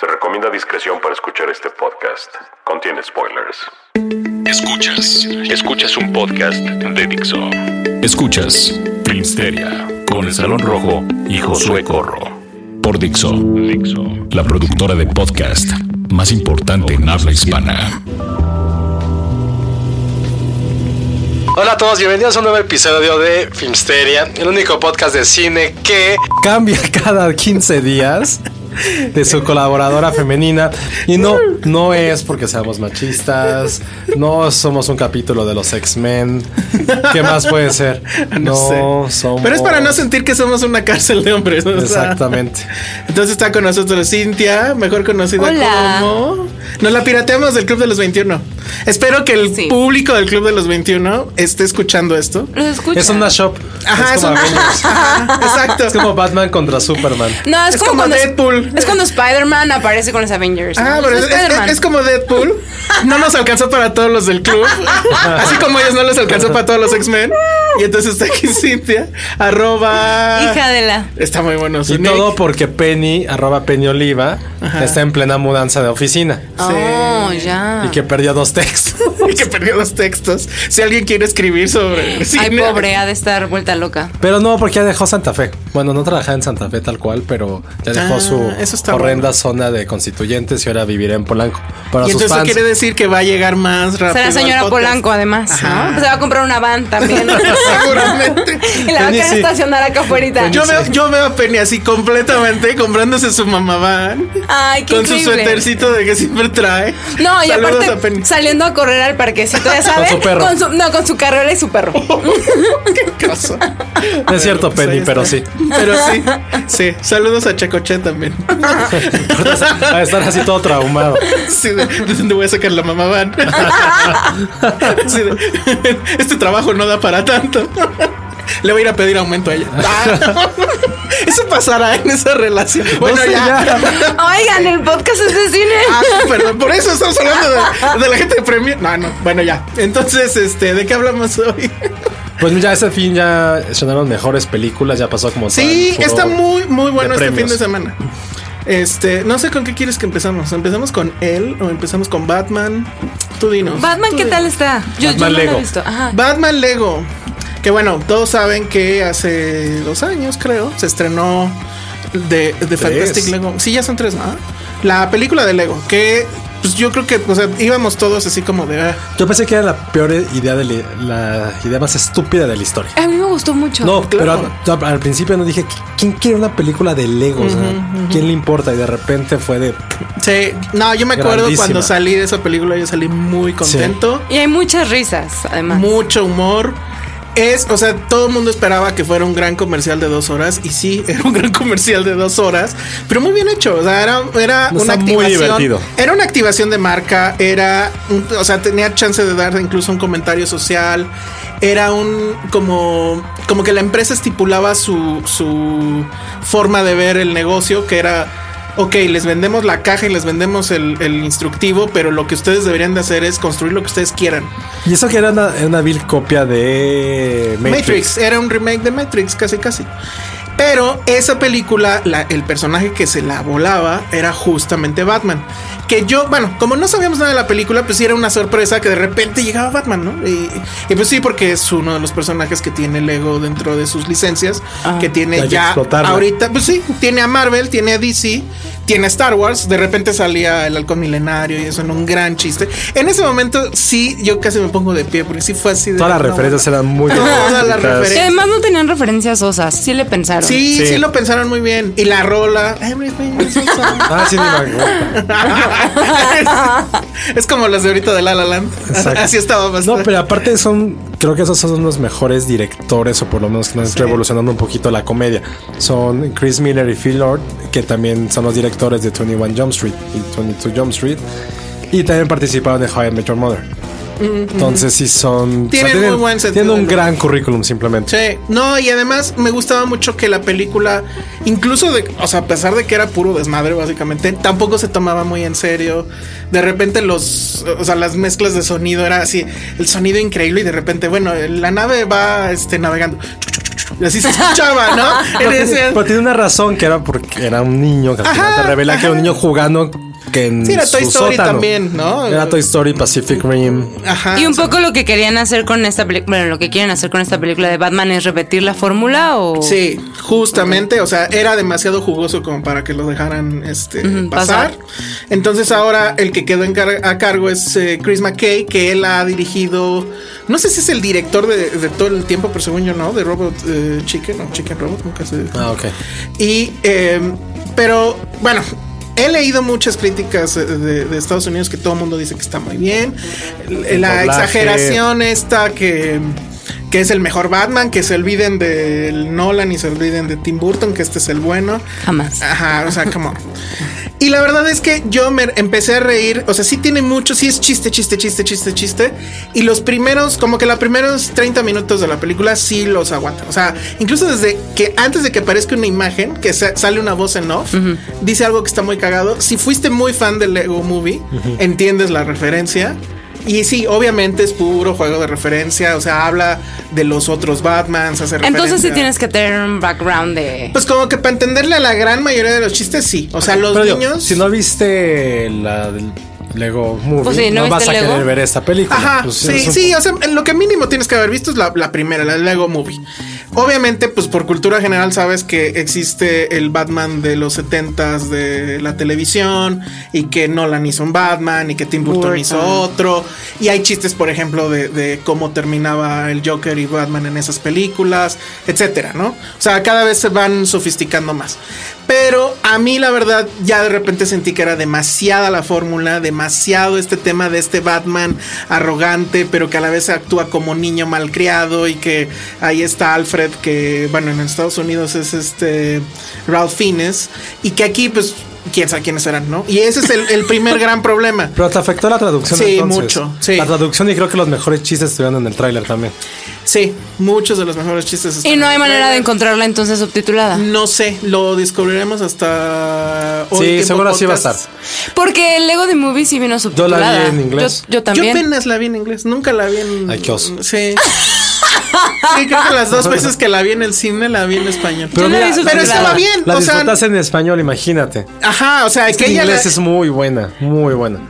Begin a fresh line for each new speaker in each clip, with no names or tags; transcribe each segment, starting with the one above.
Se recomienda discreción para escuchar este podcast. Contiene spoilers.
Escuchas, escuchas un podcast de Dixo. Escuchas Filmsteria con el Salón Rojo y Josué Corro. Por Dixo, Dixo, la productora de podcast más importante en habla hispana.
Hola a todos, bienvenidos a un nuevo episodio de Filmsteria, el único podcast de cine que cambia cada 15 días de su colaboradora femenina. Y no, no es porque seamos machistas, no somos un capítulo de los X-Men. ¿Qué más puede ser?
No sé.
somos.
Pero es para no sentir que somos una cárcel de hombres. o sea.
Exactamente.
Entonces está con nosotros Cintia, mejor conocida
Hola.
como. Nos la pirateamos del Club de los 21. Espero que el
Sí.
público del Club de los 21 esté escuchando esto.
Los escucho.
Es una shop.
Ajá,
es
es
como,
una-
Avengers.
Ajá, exacto.
Es como Batman contra Superman.
No, es,
es
como,
como
cuando
Deadpool.
Es cuando Spider-Man aparece con los Avengers.
Ah,
¿no?
pero
Es
es, es-
Spider-Man.
es como Deadpool. No nos alcanzó para todos los del club. Así como ellos no les alcanzó para todos los X-Men. Y entonces está aquí Cintia, arroba.
Hija de la.
Está muy bueno. su
Y
nick.
todo porque Penny, arroba Penny Oliva, está en plena mudanza de oficina.
Oh, ya.
Y
Ah.
que perdió dos textos.
Y que perdió los textos. Si alguien quiere escribir sobre
Ay,
cine,
pobre, ha de estar vuelta loca.
Pero no, porque ya dejó Santa Fe. Bueno, no trabajaba en Santa Fe tal cual, pero ya dejó
Ah,
su
eso está
horrenda
bueno.
zona de constituyentes y ahora vivirá en Polanco. Para
Y
sus
entonces
fans.
quiere decir que va a llegar más rápido.
Será
al
señora
podcast.
Polanco, además.
Ajá.
¿no? Se va a comprar una van también.
Seguramente.
Y la va a
Penny,
querer
sí.
estacionar acá afuera.
Yo veo, yo veo a Penny así completamente comprándose su mamá van.
Ay, qué
Con su
increíble.
suétercito de que siempre trae.
No, y
Saludos
aparte
a Penny.
saliendo a correr al parquecito, ya sabes.
su perro.
no, con su carriola y su perro.
Qué cosa.
No es cierto,
Pues
Penny,
ahí está.
pero sí.
Pero sí. Sí. Saludos a Chacoche también.
Va a estar así todo traumado.
Sí, de, ¿de dónde voy a sacar la mamá van? Sí, de, este trabajo no da para tanto. Le voy a ir a pedir aumento a ella. Eso pasará en esa relación. Ah, Bueno,
No sé,
ya.
Oigan, el podcast es de
Ah,
cine.
perdón, por eso estamos hablando de, de la gente de premio. No, no, bueno, ya. Entonces, este, ¿de qué hablamos hoy?
Pues ya ese fin ya estrenaron mejores películas, ya pasó como
Sí,
tal,
está
furor
muy, muy bueno
de
este fin
premios.
de semana. Este, no sé con qué quieres que empezamos. ¿Empezamos con él o empezamos con Batman? Tú dinos.
Batman,
Tú
¿qué
dinos.
tal está? Yo, yo
Batman
no lo
Lego.
he visto. Ajá.
Batman Lego. Que bueno, todos saben que hace dos años, creo, se estrenó de, de Fantastic Lego. Sí, ya son tres, ¿no? La película de Lego, que pues yo creo que, o sea, íbamos todos así como de. ah,
Yo pensé que era la peor idea de la, la idea más estúpida de la historia.
A mí me gustó mucho.
No,
Claro.
pero al, al principio no dije, ¿quién quiere una película de Lego? O sea, ¿Quién le importa? Y de repente fue de...
Sí, no, yo me acuerdo
Grandísima.
cuando salí de esa película, yo salí muy contento.
Y hay muchas risas, además.
Mucho humor. Es, o sea, todo el mundo esperaba que fuera un gran comercial de dos horas. Y sí, era un gran comercial de dos horas. Pero muy bien hecho. O sea, era, era
No,
una
está muy
activación.
divertido.
Era una activación de marca. Era. un- O sea, tenía chance de dar incluso un comentario social. Era un. como. como que la empresa estipulaba su. su forma de ver el negocio. Que era. Ok, les vendemos la caja y les vendemos el, el instructivo, pero lo que ustedes deberían de hacer es construir lo que ustedes quieran.
Y eso que era una, una vil copia de Matrix.
Matrix. era un remake de Matrix, casi casi. Pero esa película, la- el personaje que se la volaba era justamente Batman. Que yo, bueno, como no sabíamos nada de la película, pues sí era una sorpresa que de repente llegaba Batman, ¿no? Y, y pues sí, porque es uno de los personajes que tiene Lego dentro de sus licencias, que
Hay
tiene
que
ya
explotarla.
ahorita, pues sí, tiene a Marvel, tiene a DC, tiene a Star Wars, de repente salía el halcón milenario y eso en un gran chiste. En ese momento sí, yo casi me pongo de pie, porque sí fue así de...
Todas las
no,
referencias eran muy
Todas las
complicadas.
Y
referencias.
además no tenían referencias osas, sí le pensaron.
Sí,
Sí.
sí, lo pensaron muy bien. Y la rola. Everything is awesome.
Ah, sí, ni me acuerdo.
es, es como las de ahorita de La La Land.
Exacto.
Así estaba bastante.
No, pero aparte son, creo que esos son los mejores directores, o por lo menos que nos están revolucionando un poquito la comedia. Son Chris Miller y Phil Lord, que también son los directores de 21 Jump Street y 22 Jump Street. Y también participaron de How I Met Your Mother. Entonces sí son...
Tienen muy buen sentido
Tienen un
del humor.
gran currículum simplemente.
Sí, no, y además me gustaba mucho que la película, incluso de, o sea, a pesar de que era puro desmadre, básicamente, tampoco se tomaba muy en serio. De repente los, o sea, las mezclas de sonido era así, el sonido increíble, y de repente, bueno, la nave va este, navegando. Y así se escuchaba, ¿no? Y decías,
Pero tiene una razón que era porque era un niño que al final
Ajá,
te revela que era un niño jugando que en
Sí, era Toy
su
Story
sótano.
también, ¿no?
Era Toy Story, Pacific Rim.
Ajá.
Y un
o sea,
poco lo que querían hacer con esta película, bueno, lo que quieren hacer con esta película de Batman es repetir la fórmula o...
Sí, justamente, o sea, era demasiado jugoso como para que lo dejaran este,
Ujú,
pasar.
pasar.
Entonces ahora el que quedó en car- a cargo es eh, Chris McKay, que él ha dirigido, no sé si es el director de, de todo el tiempo, pero según yo no, de Robot eh, Chicken o Chicken Robot, nunca sé.
Ah, ok.
Y, eh, pero bueno. He leído muchas críticas eh, de, de Estados Unidos que todo el mundo dice que está muy bien. La
doblaje.
exageración esta que, que es el mejor Batman, que se olviden del Nolan y se olviden de Tim Burton, que este es el bueno.
Jamás.
Ajá, o sea, como. Y la verdad es que yo me empecé a reír. O sea, sí tiene mucho, sí es chiste, chiste, chiste, chiste, chiste. Y los primeros, como que los primeros 30 minutos de la película sí los aguantan. O sea, incluso desde que antes de que aparezca una imagen, que sa- sale una voz en off, dice algo que está muy cagado. Si fuiste muy fan del Lego Movie, entiendes la referencia. Y sí, obviamente es puro juego de referencia. O sea, habla de los otros Batmans, hace
Entonces sí
referencia-
tienes que tener un background de...
pues como que para entenderle a la gran mayoría de los chistes, sí. O sea, los
Pero digo,
niños.
si no viste la del Lego Movie,
Pues sí, ¿no
no,
viste
vas a
Lego?
querer ver esta película.
Ajá,
Pues es
sí,
un-
sí, o sea, lo que mínimo tienes que haber visto es la, la primera, la Lego Movie. Obviamente, pues por cultura general sabes que existe el Batman de los 70s de la televisión y que Nolan hizo un Batman y que Tim Burton,
Burton.
hizo otro. Y hay chistes, por ejemplo, de, de cómo terminaba el Joker y Batman en esas películas, etcétera, ¿no? O sea, cada vez se van sofisticando más. Pero a mí, la verdad, ya de repente sentí que era demasiada la fórmula, demasiado este tema de este Batman arrogante, pero que a la vez actúa como niño malcriado y que ahí está Alfred, que, bueno, en Estados Unidos es este Ralph Fiennes, y que aquí, pues, quién sabe quiénes eran, ¿no? Y ese es el, el primer gran problema.
Pero te afectó la traducción.
Sí,
entonces.
mucho, sí.
La traducción y creo que los mejores chistes estuvieron en el tráiler también.
Sí, muchos de los mejores chistes. están
Y no hay
en el
manera de
trailer.
encontrarla entonces subtitulada.
No sé, lo descubriremos hasta hoy.
sí,
tiempo
seguro así va a
podcast.
estar.
Porque el Lego de Movie sí vino subtitulada.
vi en inglés.
Yo, yo
Yo
también.
apenas la vi en inglés, nunca la vi en.
Ay, qué oso.
Sí. Sí, creo que las dos veces que la vi en el cine la vi en español.
Yo la vi
pero
subtitulada.
estaba bien.
La
o sea,
disfrutas en español, imagínate.
ajá, o sea, que
En
ella la-
inglés es muy buena, muy buena.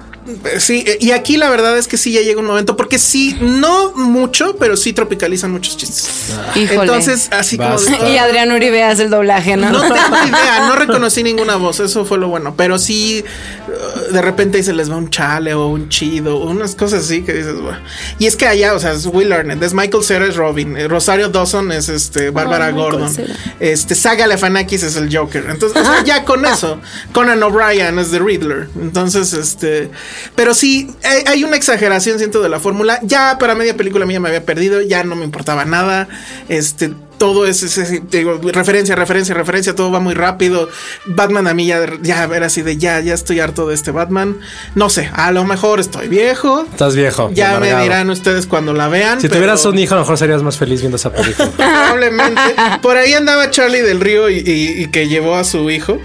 Sí, eh, y aquí la verdad es que sí ya llega un momento, porque sí, no mucho, pero sí tropicalizan muchos chistes.
Híjole.
Entonces, así
Basta.
como. de-
Y Adrián Uribe hace el doblaje, ¿no?
No tengo idea, no reconocí ninguna voz, eso fue lo bueno. Pero sí, eh, de repente ahí se les va un chale o un chido, o unas cosas así que dices, "Buah". Y es que allá, o sea, es Will Arnett, es Michael Cera, es Robin, eh, Rosario Dawson es este Bárbara
Michael
Gordon,
Cera.
este Saga Lefanakis es el Joker. Entonces, o sea, ya con eso, Conan O'Brien es The Riddler. Entonces, este, pero sí, hay, hay una exageración, siento, de la fórmula. Ya para media película mía me había perdido, ya no me importaba nada. Este, todo es, es- es- digo, referencia, referencia, referencia, todo va muy rápido. Batman a mí ya, ya era así de ya, ya estoy harto de este Batman. No sé, a lo mejor estoy viejo.
Estás viejo.
Ya
amargado.
me dirán ustedes cuando la vean.
Si tuvieras
pero-
un hijo, a lo mejor serías más feliz viendo esa película.
Probablemente. Por ahí andaba Charlie del Río y, y- y que llevó a su hijo.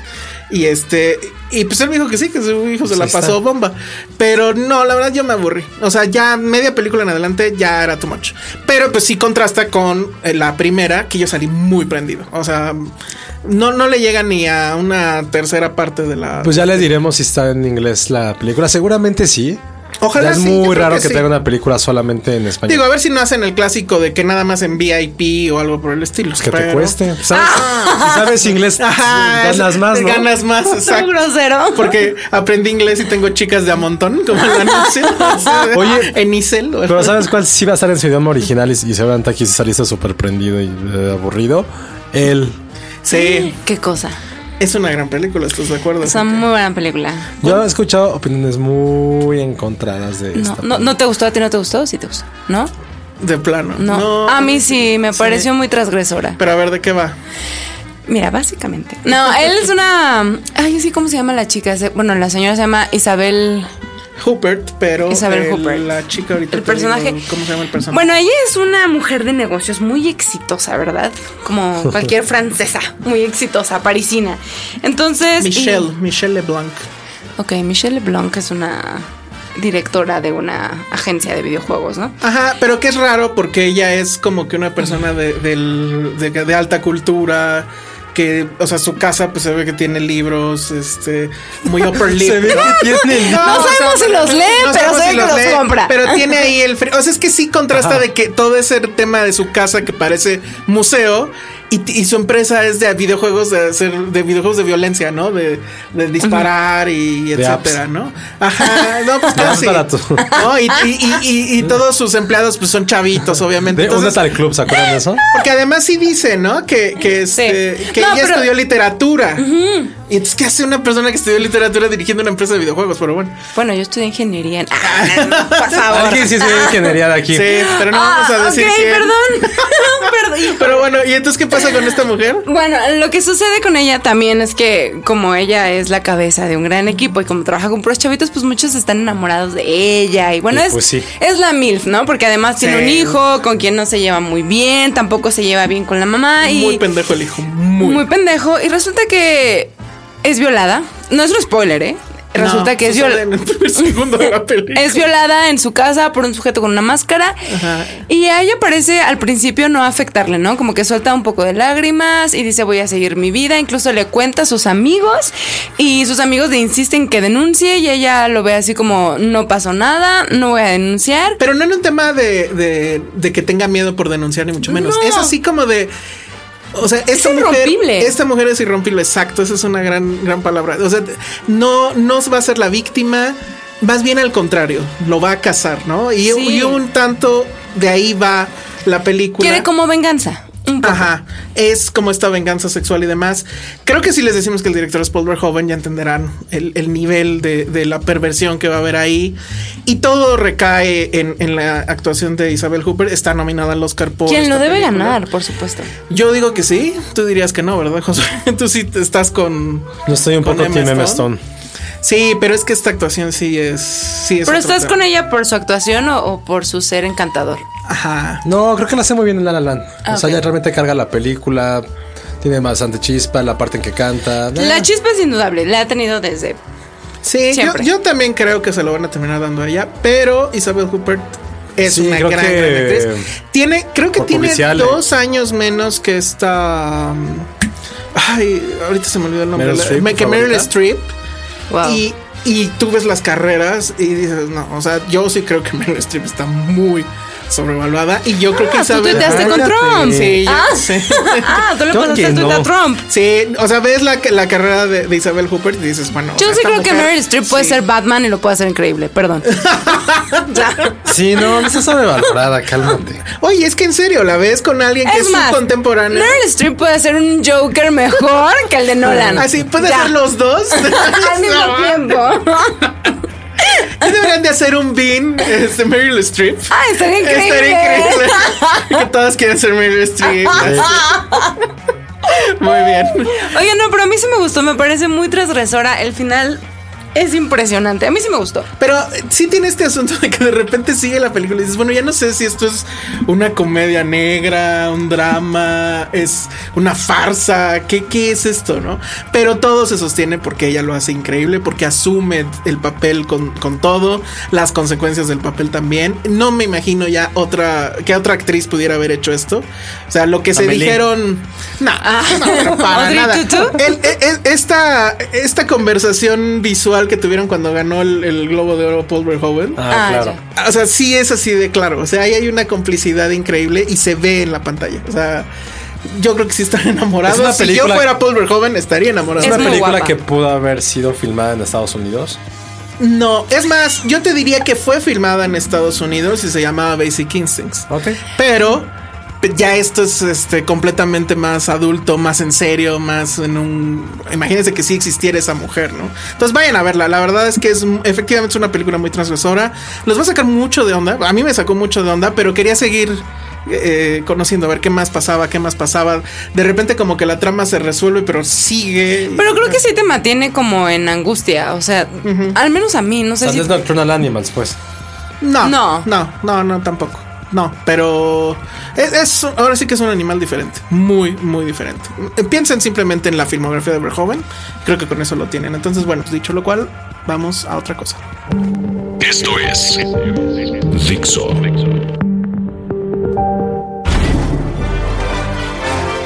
Y este. Y pues él me dijo que sí, que su hijo se
Pues
la
ahí está.
pasó bomba. Pero no, la verdad yo me aburrí. O sea, ya media película en adelante ya era too much. Pero pues sí contrasta con eh, la primera, que yo salí muy prendido. O sea, No, no le llega ni a una tercera parte de la.
Pues ya les diremos si está en inglés la película. Seguramente sí.
Ojalá
Ya es
sí, yo
muy
creo
raro
que
que,
sí.
tenga una película solamente en español.
Digo, a ver si no hacen el clásico de que nada más en VIP o algo por el estilo.
Pues que te
pero- Ah.
cueste. ¿Sabes? Si sabes inglés,
Ajá,
ganas
es-
más, ¿no?
Ganas más,
Tan
exacto.
grosero.
Porque aprendí inglés y tengo chicas de a montón, como el anuncio. o sea,
Oye,
en Isel. o-
Pero ¿sabes cuál sí va a estar en su idioma original? Y, y seguramente aquí sí saliste súper prendido y eh, aburrido. El...
Sí,
Qué cosa.
es una gran película, ¿estás de acuerdo?
Es una muy buena película.
Yo he escuchado opiniones muy encontradas de
No,
esta
no, no te gustó, a ti no te gustó, sí te gustó. ¿No?
De plano.
No. a mí sí, me pareció muy transgresora.
Pero a ver, ¿de qué va?
Mira, básicamente. No, él es una. Ay, sí, ¿cómo se llama la chica? Se- Bueno, la señora se llama Isabel.
Hubert, pero
Isabel
Oh, el-
Huppert.
la chica ahorita
El
te digo
personaje.
¿Cómo se llama el personaje?
Bueno, ella es una mujer de negocios muy exitosa, ¿verdad? Como cualquier francesa, muy exitosa, parisina. Entonces. y-
Michelle, Michelle LeBlanc.
Ok, Michelle Blanc es una directora de una agencia de videojuegos, ¿no?
Ajá, pero que es raro porque ella es como que una persona de, del- de- de alta cultura. Que, o sea, su casa, pues se ve que tiene libros, este, muy upper lip.
Se ve que tiene
No,
No
Ah, o sea,
sabemos si los lee, pero
sabemos
se ve que los
lee,
compra.
Pero tiene ahí el frío. O sea, es que sí contrasta de que todo ese tema de su casa que parece museo y, t- y su empresa es de videojuegos de hacer de videojuegos de violencia, ¿no? De, de disparar y etcétera,
apps.
¿no? Ajá, no, pues
Más
casi.
barato.
No, y, y- y- y- y todos sus empleados pues son chavitos, obviamente.
De un
Entonces,
tal club, ¿se acuerdan de eso?
porque además sí dice, ¿no? Que, que, este,
Sí.
que
No,
ella
pero-
estudió literatura. Y entonces, ¿qué hace una persona que estudió literatura dirigiendo una empresa de videojuegos? Pero bueno.
Bueno, yo estudié ingeniería. En... Ah, por favor.
Alguien sí se ve ingeniería de aquí.
Sí, pero no vamos a
Ah,
decir
ok,
quién.
perdón. perdón. hijo.
Pero bueno, ¿y entonces qué pasa con esta mujer?
Bueno, lo que sucede con ella también es que como ella es la cabeza de un gran equipo y como trabaja con puros chavitos, pues muchos están enamorados de ella. Y bueno,
Y
es,
pues sí.
es la MILF, ¿no? Porque además tiene
Sí.
un hijo con quien no se lleva muy bien, tampoco se lleva bien con la mamá. Y
Muy pendejo el hijo.
muy, pendejo. Y resulta que es violada. No es un spoiler, ¿eh? Resulta
No,
que es
sucede
violada.
En el primer segundo de la película.
Es violada en su casa por un sujeto con una máscara.
Ajá.
Y a ella parece al principio no afectarle, ¿no? Como que suelta un poco de lágrimas y dice voy a seguir mi vida. Incluso le cuenta a sus amigos y sus amigos le insisten que denuncie y ella lo ve así como no pasó nada, no voy a denunciar.
Pero no en un tema de, de, de que tenga miedo por denunciar, ni mucho menos.
No.
Es así como de. O sea, esta mujer,
irrompible.
esta mujer es irrompible, exacto. Esa es una gran, gran palabra. O sea, no, no va a ser la víctima, más bien al contrario, lo va a cazar, ¿no? Y,
Sí.
y un tanto de ahí va la película.
Quiere como venganza. Un poco.
Ajá, es como esta venganza sexual y demás. Creo que si les decimos que el director es Paul Verhoeven, ya entenderán el, el nivel de, de la perversión que va a haber ahí. Y todo recae en, en la actuación de Isabel Hooper. Está nominada al Oscar por.
Quien
esta
lo debe
película.
ganar, por supuesto.
Yo digo que sí. Tú dirías que no, ¿verdad, José? Tú sí te estás con.
No estoy un
con
poco Team M. Stone.
Sí, pero es que esta actuación sí es. Sí es otro
Pero estás
tema.
con ella por su actuación o, o por su ser encantador.
Ajá.
No, creo que la hace muy bien en La La Land.
Ah,
o sea,
ok.
ella realmente carga la película, tiene bastante chispa, la parte en que canta.
La
Ah.
chispa es indudable, la ha tenido desde
Sí, yo,
Siempre.
yo también creo que se lo van a terminar dando a ella, pero Isabel Huppert es
Sí,
una
creo
gran,
que-
gran actriz. Tiene, creo que
por
tiene
policial, eh.
dos años menos que esta. um, Ay, ahorita se me olvidó el nombre.
Meryl
la-
Streep,
me- que Meryl
favorita.
Streep.
Wow.
Y, y tú ves las carreras y dices, no, o sea, yo sí creo que Meryl Streep está muy sobrevaluada. Y yo creo que
Ah, tú
Isabel.
tuiteaste con Trump.
Sí, yo-
Ah.
sí.
Ah, tú le
Yo
pasaste
que
el tweet
no.
a Trump.
Sí, o sea, ves la, la carrera de, de Isabel Huppert y dices, bueno. o
Yo
sea,
sí
esta
creo que
mujer-
Meryl Streep puede
sí.
ser Batman y lo puede hacer increíble, perdón.
Sí, no, no está sobrevalorada, cálmate.
Oye, es que en serio, la ves con alguien que es,
es
su
más,
contemporáneo.
Meryl Streep puede ser un Joker mejor que el de Nolan.
Así, Ah, puede
Ya.
ser los dos.
Al mismo tiempo.
¿Qué deberían de hacer un bean este, Meryl Streep?
Ay, estaría increíble.
Estaría increíble. que todas quieren ser Meryl Streep. Muy bien.
Oye, no, pero a mí sí me gustó, me parece muy transgresora. El final es impresionante. A mí sí me gustó.
Pero eh, sí tiene este asunto de que de repente sigue la película y dices, bueno, ya no sé si esto es una comedia negra, un drama, es una farsa, ¿qué, qué es esto, no? Pero todo se sostiene porque ella lo hace increíble, porque asume el papel con, con todo, las consecuencias del papel también. No me imagino ya otra, que otra actriz pudiera haber hecho esto. O sea, lo que se
Amelie.
dijeron, no, no, pero para
Audrey
nada.
Tautou.
El- e- e- esta, esta conversación visual que tuvieron cuando ganó el, el Globo de Oro Paul Verhoeven.
Ah,
Ah,
claro.
ya.
O sea, sí es así de claro. O sea, ahí hay una complicidad increíble y se ve en la pantalla. O sea, yo creo que sí están enamorados.
Es una
si yo
película-
fuera Paul Verhoeven, estaría enamorado.
Es una
muy
película
guapa.
que pudo haber sido filmada en Estados Unidos.
No, es más, yo te diría que fue filmada en Estados Unidos y se llamaba Basic Instincts.
Ok.
Pero ya esto es este, completamente más adulto, más en serio, más en un... Imagínense que sí existiera esa mujer, ¿no? Entonces vayan a verla. La verdad es que es efectivamente es una película muy transgresora. Los va a sacar mucho de onda. A mí me sacó mucho de onda, pero quería seguir... eh, conociendo a ver qué más pasaba, qué más pasaba. De repente como que la trama se resuelve, pero sigue.
Pero creo que sí te mantiene como en angustia. O sea, al menos a mí, no
O sea,
sé si.
no es Nocturnal Animals, pues.
No, no,
No.
no, no, tampoco. No, pero es, es- ahora sí que es un animal diferente, muy, muy diferente. Eh, Piensen simplemente en la filmografía de Verhoeven, creo que con eso lo tienen. Entonces, bueno, dicho lo cual, vamos a otra cosa.
Esto es Dixo.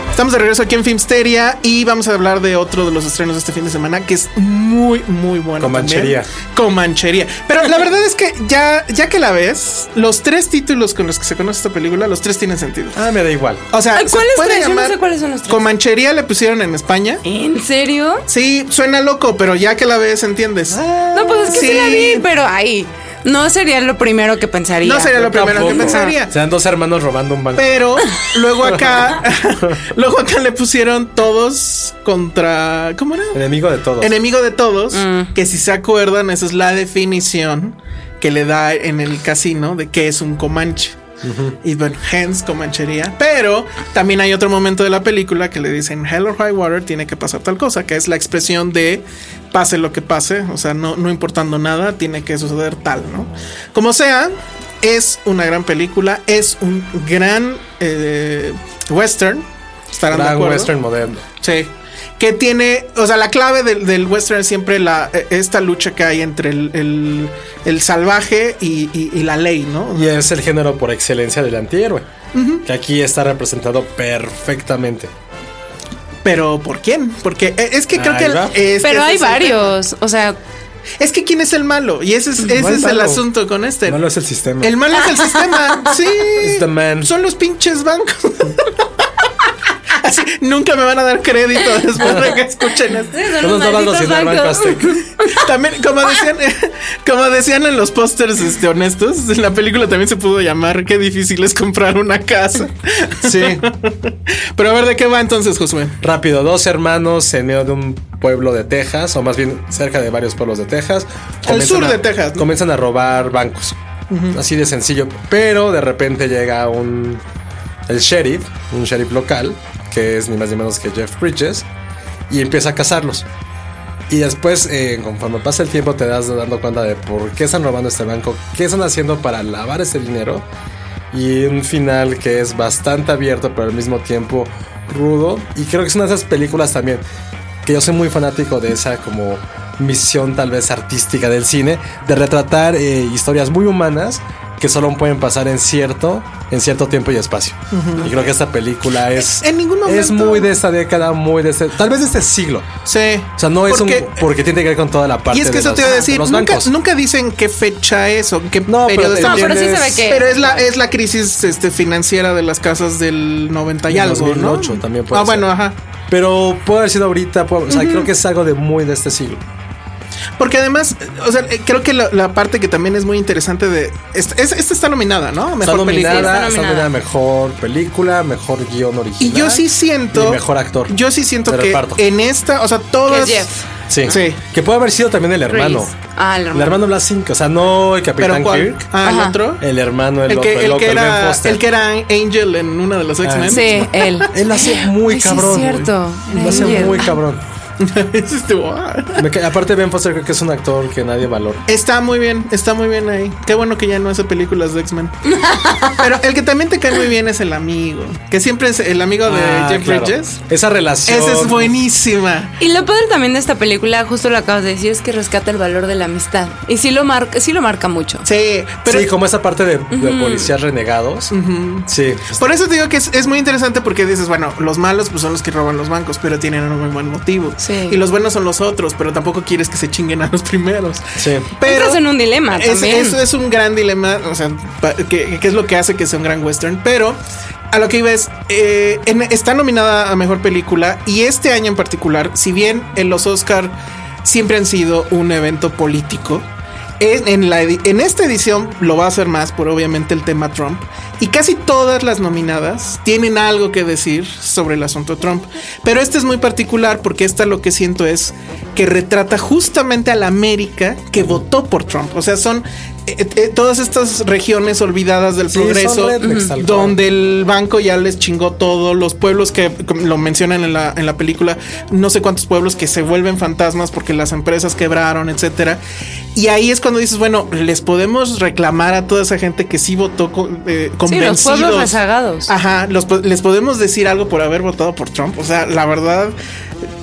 Estamos de regreso aquí en Filmsteria y vamos a hablar de otro de los estrenos de este fin de semana que es muy, muy bueno.
Comanchería.
también. Comanchería. Pero la verdad es que ya, ya que la ves, los tres títulos con los que se conoce esta película, los tres tienen sentido.
Ah, me da igual.
O sea,
Ay,
se
¿cuáles
puede
tres? Yo no
llamar-
sé cuáles son los tres.
Comanchería le pusieron en España.
¿En serio?
Sí, suena loco, pero ya que la ves, entiendes.
No, pues es que sí, la vi, pero ahí. No sería lo primero que pensaría.
No sería lo primero que
Tampoco.
pensaría.
Sean dos hermanos robando un banco.
Pero luego acá, luego acá le pusieron todos contra. ¿Cómo era?
Enemigo de todos.
Enemigo de todos. Que si se acuerdan, esa es la definición que le da en el casino de que es un comanche. Y bueno, hence comanchería. Pero también hay otro momento de la película que le dicen Hell or High Water tiene que pasar tal cosa, que es la expresión de pase lo que pase, o sea, no, no importando nada, tiene que suceder tal, ¿no? Como sea, es una gran película, es un gran eh, western. Estarán de
Gran
acuerdo.
western moderno.
Sí. Que tiene, o sea, la clave del, del western es siempre la, eh, esta lucha que hay entre el, el- el salvaje y, y- y la ley, ¿no?
Y es el género por excelencia del antihéroe. Que aquí está representado perfectamente.
Pero ¿por quién? Porque eh, es que creo
Ahí
que... el-
va.
este-
Pero
ese
hay
es el
varios. O sea,
tema. Es que ¿quién es el malo? Y ese es, ese
No hay
es el
malo.
asunto con este.
Malo es el sistema.
El malo es el sistema, sí.
It's the man.
Son los pinches bancos. Así, nunca me van a dar crédito después de que escuchen esto.
son
Todos
los
daban los
malditos
sin Banco
bancos.
Aztec.
También, como decían, como decían en los pósters este, honestos, en la película también se pudo llamar Qué difícil es comprar una casa.
Sí.
Pero a ver, ¿de qué va entonces, Josué?
Rápido, dos hermanos en medio de un pueblo de Texas, o más bien cerca de varios pueblos de Texas.
Al
comienzan
sur
a-
de Texas, ¿no?
Comienzan a robar bancos. Así de sencillo. Pero de repente llega un. El sheriff, un sheriff local, que es ni más ni menos que Jeff Bridges, y empieza a cazarlos. Y después, eh, conforme pasa el tiempo, te das dando cuenta de por qué están robando este banco, qué están haciendo para lavar este dinero. Y un final que es bastante abierto, pero al mismo tiempo rudo. Y creo que es una de esas películas también que yo soy muy fanático de esa como misión tal vez artística del cine, de retratar eh, historias muy humanas que solo pueden pasar en cierto, en cierto tiempo y espacio. Y creo que esta película es,
En ningún momento-
es muy de esta década, muy de este, tal vez de este siglo.
Sí.
O sea, no es
Porque-
un. Porque tiene que ver con toda la parte.
Y es que
de
eso
los-
te iba a
de
decir,
los
nunca,
bancos.
nunca dicen qué fecha es o qué
No, pero
periodo
te
está.
No, pero sí se ve que-
Pero es la, es la crisis este, financiera de las casas del 90 y
Del
algo, ¿no?
2008 también puede
Ah, bueno,
ser.
ajá.
Pero puede haber sido ahorita. puede- o sea, creo que es algo de muy de este siglo.
Porque además, eh, o sea, eh, creo que la, la parte que también es muy interesante de. Esta, es- esta está nominada, ¿no?
está nominada,
película.
está nominada a mejor película, mejor guión
Y
original.
yo sí siento.
Y mejor actor.
Yo sí siento
de
que
reparto.
en esta, o sea, todas.
Que es Jeff.
Sí.
Sí.
Que puede haber sido también el hermano.
Reese. Ah, el hermano.
Blasinko. O sea, no el
Pero
Capitán
¿cuál?
Kirk.
Ah, el
Ajá.
otro.
El hermano, el,
El
otro,
que,
el,
el
otro,
que
el Ben
era,
Foster.
el que era Angel en una de las X-Men.
Sí, él.
Él hace muy
Ay, sí,
cabrón.
es cierto.
güey. Lo hace
Angel.
muy cabrón.
Es este, "Wow".
Me ca- aparte, Ben Foster creo que es un actor que nadie valora.
Está muy bien, está muy bien ahí. Qué bueno que ya no hace películas de X-Men. Pero el que también te cae muy bien es el amigo, que siempre es el amigo de
Ah,
Eh, Jeff
claro.
Bridges.
Esa relación.
Esa es buenísima.
Y lo padre también de esta película, justo lo acabas de decir, es que rescata el valor de la amistad. Y sí lo marca, sí lo marca mucho.
Sí, pero
sí, como esa parte de, de policías renegados. Sí.
por eso te digo que es, es muy interesante porque dices, bueno, los malos pues son los que roban los bancos, pero tienen un muy buen motivo.
Sí.
Y los buenos son los otros, pero tampoco quieres que se chinguen a los primeros.
Sí.
Pero
Entras en un dilema
es,
también.
eso es un gran dilema, o sea, pa- que, que es lo que hace que sea un gran western. Pero a lo que iba es, eh, en- está nominada a mejor película y este año en particular, si bien en los Oscar siempre han sido un evento político. En, en la edi- en esta edición lo va a hacer más por obviamente el tema Trump y casi todas las nominadas tienen algo que decir sobre el asunto Trump pero este es muy particular porque esta lo que siento es que retrata justamente a la América que votó por Trump o sea son eh, eh, todas estas regiones olvidadas del
Sí, son
progreso
rednecks, tal cual.
donde el banco ya les chingó todo los pueblos que como lo mencionan en la, en la película no sé cuántos pueblos que se vuelven fantasmas porque las empresas quebraron etcétera y ahí es cuando dices bueno les podemos reclamar a toda esa gente que sí votó con, eh,
Sí, los pueblos
convencidos.
rezagados.
Ajá, los po- les podemos decir algo por haber votado por Trump. O sea, la verdad,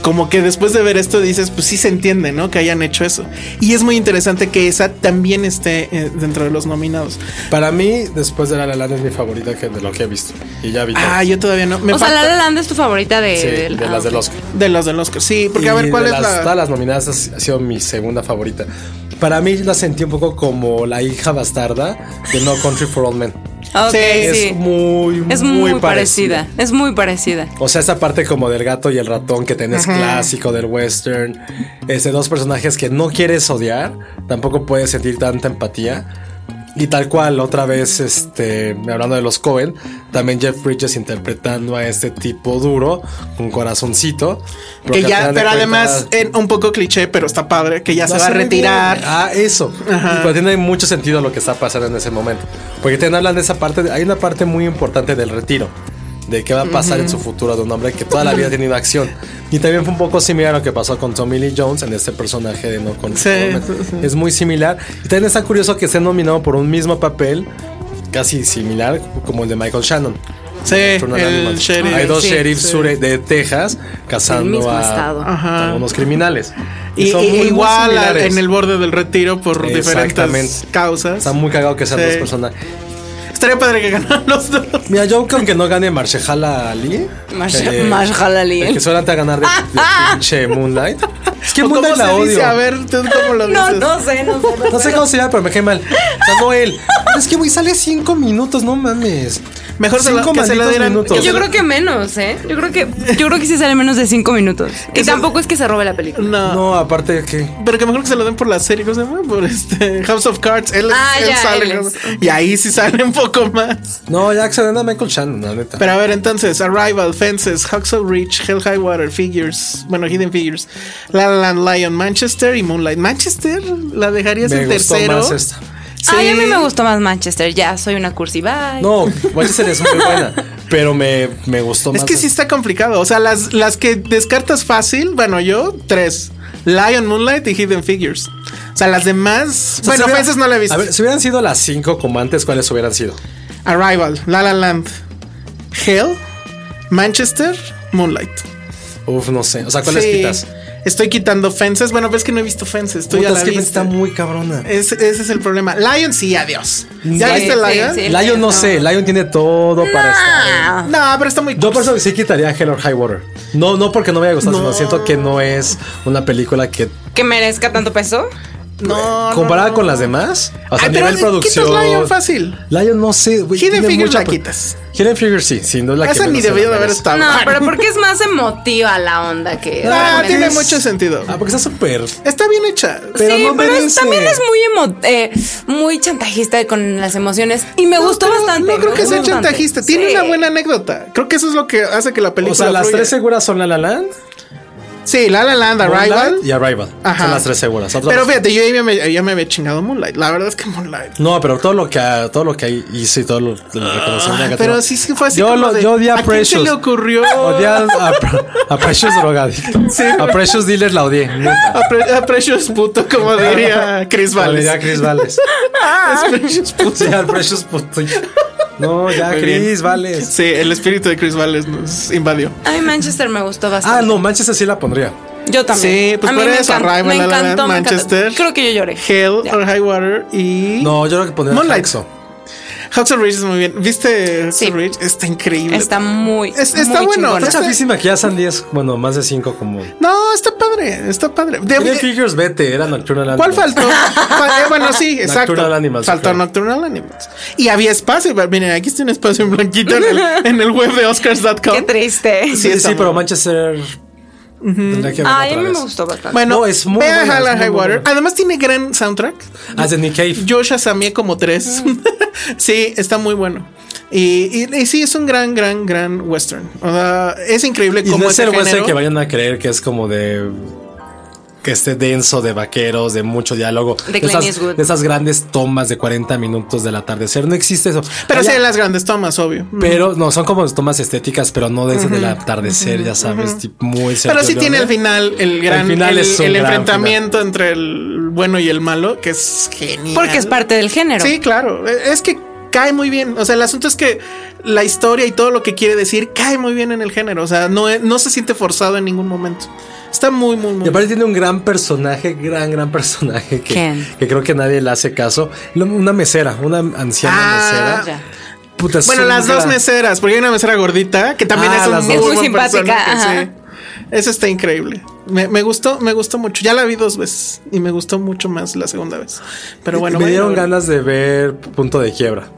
como que después de ver esto dices, pues sí se entiende, ¿no? Que hayan hecho eso. Y es muy interesante que esa también esté eh, dentro de los nominados.
Para mí, después de La La Land es mi favorita que- de lo que he visto. Y ya vi. todo.
Ah, yo todavía no. Me
o sea,
falta
La La Land es tu favorita de,
Sí, de
del- ah,
las del
ok.
Oscar.
de las del Oscar. Sí, porque a
Y
ver cuál
de
es
las-
la.
Todas las nominadas ha ha sido mi segunda favorita. Para mí la sentí un poco como la hija bastarda de No Country for Old Men.
Ah, ok,
Sí,
sí.
Es muy,
Es muy,
muy,
parecida. Es muy parecida.
O sea, esa parte como del gato y el ratón que tenés clásico del western. Este, dos personajes que no quieres odiar, tampoco puedes sentir tanta empatía. Y tal cual, otra vez, este, hablando de los Cohen, también Jeff Bridges interpretando a este tipo duro, con corazoncito. pero
Que
al
ya,
final de
pero además,
cuentas-
en- un poco cliché, pero está padre, que ya
lo
se va a
hace muy
retirar.
bien. Ah, eso.
Ajá.
Pero tiene mucho sentido lo que está pasando en ese momento. Porque te hablan de esa parte, de- hay una parte muy importante del retiro. De qué va a pasar en su futuro de un hombre que toda la vida ha tenido acción. Y también fue un poco similar a lo que pasó con Tommy Lee Jones en este personaje de No Country
Sí,
for Old Men.
sí, sí.
Es muy similar. Y también está curioso que esté nominado por un mismo papel, casi similar, como el de Michael Shannon.
Sí,
Nocturnal
Eh, el
Animals.
sheriff.
Hay dos
Sí,
sheriffs sure- de Texas
Del
cazando
mismo
a,
estado.
Ajá.
a algunos criminales.
Y,
son
y-
muy, muy
igual a-
similares.
en el borde del retiro por
Exactamente.
diferentes causas.
Está muy cagado que sean
Sí.
dos personas.
Estaría padre que ganaran los dos.
Mira, yo aunque no gane Marshala Ali.
Marsha-
eh,
Marshala Ali.
El que suele te ganar de, de pinche Moonlight. Es que
¿O ¿Cómo
Moonlight
se
la odio.
dice? A ver, ¿tú cómo lo
No,
dices?
no sé, no sé.
No sé cómo se llama, pero me cae mal. O sea, no él. Es que, güey, sale cinco minutos, no mames.
Mejor se lo-
Cinco
que se lo
malditos
dieran-
minutos.
que se
Yo
lo-
creo que menos, ¿eh? Yo creo que, yo creo que sí sale menos de cinco minutos. Y tampoco es que se robe la película.
No.
No, aparte que.
Pero que mejor que se lo den por la serie, ¿cómo se llama? Por este House of Cards. Él,
Ah,
él
ya,
sale.
él es.
Y ahí sí sale un poco más.
No, ya que se den a Michael Shannon, la neta.
Pero a ver, entonces, Arrival, Fences, Huxley Reach, Hell High Water, Figures, bueno, Hidden Figures, La La Land, Lion, Manchester y Moonlight. Manchester, la dejarías
me
en
gustó
tercero.
más este. esta.
Ay, a mí me gustó más Manchester. Ya, soy una cursi. Bye.
No, Manchester es muy buena. Pero me, me gustó más. este.
Es que sí está complicado. O sea, las, las que descartas fácil, bueno, yo tres. Lion, Moonlight y Hidden Figures. O sea, las demás.
O sea,
bueno,
si hubiera-
Fences no la he visto.
A ver, si hubieran sido las cinco como antes, ¿cuáles hubieran sido?
Arrival, La La Land, Hell, Manchester, Moonlight.
Uf, no sé. O sea, ¿cuáles
Sí.
quitas?
Estoy quitando Fences. Bueno, ves que no he visto Fences. Tú
Puta,
ya
es
la
que
viste.
está muy cabrona.
Es- ese es el problema. Lion, sí, adiós. ¿Ya
Sí,
viste
sí,
Lion?
sí.
Lion no,
No.
sé, Lion tiene todo para estar.
Ah,
No, pero está muy
Yo por eso sí quitaría Hell or High Water. No, no porque no me haya gustado, sino siento que no es una película que
¿Que merezca tanto peso?
No, no,
comparada
no.
con las demás, o sea,
Ay,
a
pero
nivel
quitas
producción.
Lion fácil.
Lion no sé, güey,
Hidden
tiene
Figures
mucha
la
pro-
quitas.
Hidden Figures sí, sin duda la
Esa
que
ni
menos se
debió de haber
merece.
estado.
No, pero porque es más emotiva la onda que.
Ah,
porque
tiene
es-
mucho sentido.
Ah, porque está súper.
Está bien hecha.
Pero
sí,
no
pero es-
merece.
también es muy emo- eh, muy chantajista con las emociones y me
No,
gustó
pero
bastante.
No creo
me
que
gustó
sea
bastante.
chantajista. Tiene
Sí.
una buena anécdota. Creo que eso es lo que hace que la película.
O sea, las
fluya.
tres seguras son La La Land,
Sí, La La Land, Arrival.
Moonlight y Arrival.
Ajá.
Son las tres seguras. Otras-
Pero fíjate, yo ya me, ya me había chingado Moonlight. La verdad es que Moonlight.
No, pero todo lo que todo lo que hice y todo lo, lo reconocimiento negativo.
Ah, Pero sí sí fue así.
Yo,
como
lo,
de,
yo odié a,
¿a quién
Precious.
se le ocurrió?
Odié a, a- a Precious drogadicto. a Precious Dealer la odié.
A, Pre- a Precious puto, como diría Chris Ah.
La odié
Valles.
a Chris Vales.
Es Precious puto.
Sí, al Precious puto. No, ya,
Muy bien.
Chris Vales.
Sí, el espíritu de Chris Valles nos invadió.
Ay, Manchester me gustó bastante.
Ah, no, Manchester sí la pondría.
Yo también.
Sí, pues
A mí
por
me
eso,
encanta-
Arrival,
me
La La Land,
encantó, me encantó.
Manchester.
Creo que yo lloré.
Hell
Ya.
or High Water y.
No, yo creo que pondría
Moonlight.
Jackson.
House of Rage es muy bien. ¿Viste House
Sí.
of Rage? Está increíble.
Está muy.
Es- está
muy
bueno,
chingona.
Es chafísima que ya son 10, bueno, más de 5 como.
No, está padre, está padre. De-
Tiene Figures, vete, era Nocturnal
¿Cuál
Animals.
faltó? Fa- eh, bueno, sí, exacto.
Nocturnal Animals,
faltó
claro.
Nocturnal Animals. Y había espacio. pero Miren, aquí está un espacio en blanquito en el, en el web de Oscars.com.
Qué triste.
Sí, sí,
está
pero
mal.
Manchester. Tendría que verlo
Ay, a
otra
mí me
vez.
gustó bastante.
Bueno,
No, es muy
vean
buena,
Hell
es
and
muy
High Water.
buena.
Además tiene gran soundtrack.
As de Nick Cave.
Yo shazameé como tres.
Mm.
sí, está muy bueno. Y, y- y sí, es un gran, gran, gran western. O sea, es increíble
Y
cómo
no es
ese
el western
género-
que vayan a creer que es como de. que esté denso de vaqueros, de mucho diálogo.
De Clint
esas,
Eastwood.
de esas grandes tomas de 40 minutos del atardecer. No existe eso.
Pero sí,
Allá-
las grandes tomas, Mm. obio.
Pero no, son como tomas estéticas, pero no de esas del atardecer, ya sabes, tipo, muy
Pero
Sergio
sí tiene al
Leone.
final el gran el,
final es un
el
gran
enfrentamiento entre el bueno y el malo, que es genial.
Porque es parte del género.
Sí, claro. E- Es que cae muy bien. O sea, el asunto es que la historia y todo lo que quiere decir cae muy bien en el género. O sea, no, e- no se siente forzado en ningún momento. Está muy, muy, muy.
Y aparte tiene un gran personaje, gran, gran personaje que,
¿Quién?
que creo que nadie le hace caso. Lo- Una mesera, una anciana
Ah,
mesera.
Ya.
Puta, es
Bueno,
un
las dos
gran-
meseras, porque hay una mesera gordita que también
Ah,
es un
las
muy,
dos.
Es muy
buen
simpática,
personaje,
ajá.
sí. Eso está increíble. Me, me gustó, me gustó mucho. Ya la vi dos veces y me gustó mucho más la segunda vez. Pero bueno,
me
vayan a
dieron
ver.
ganas de ver Punto de Quiebra.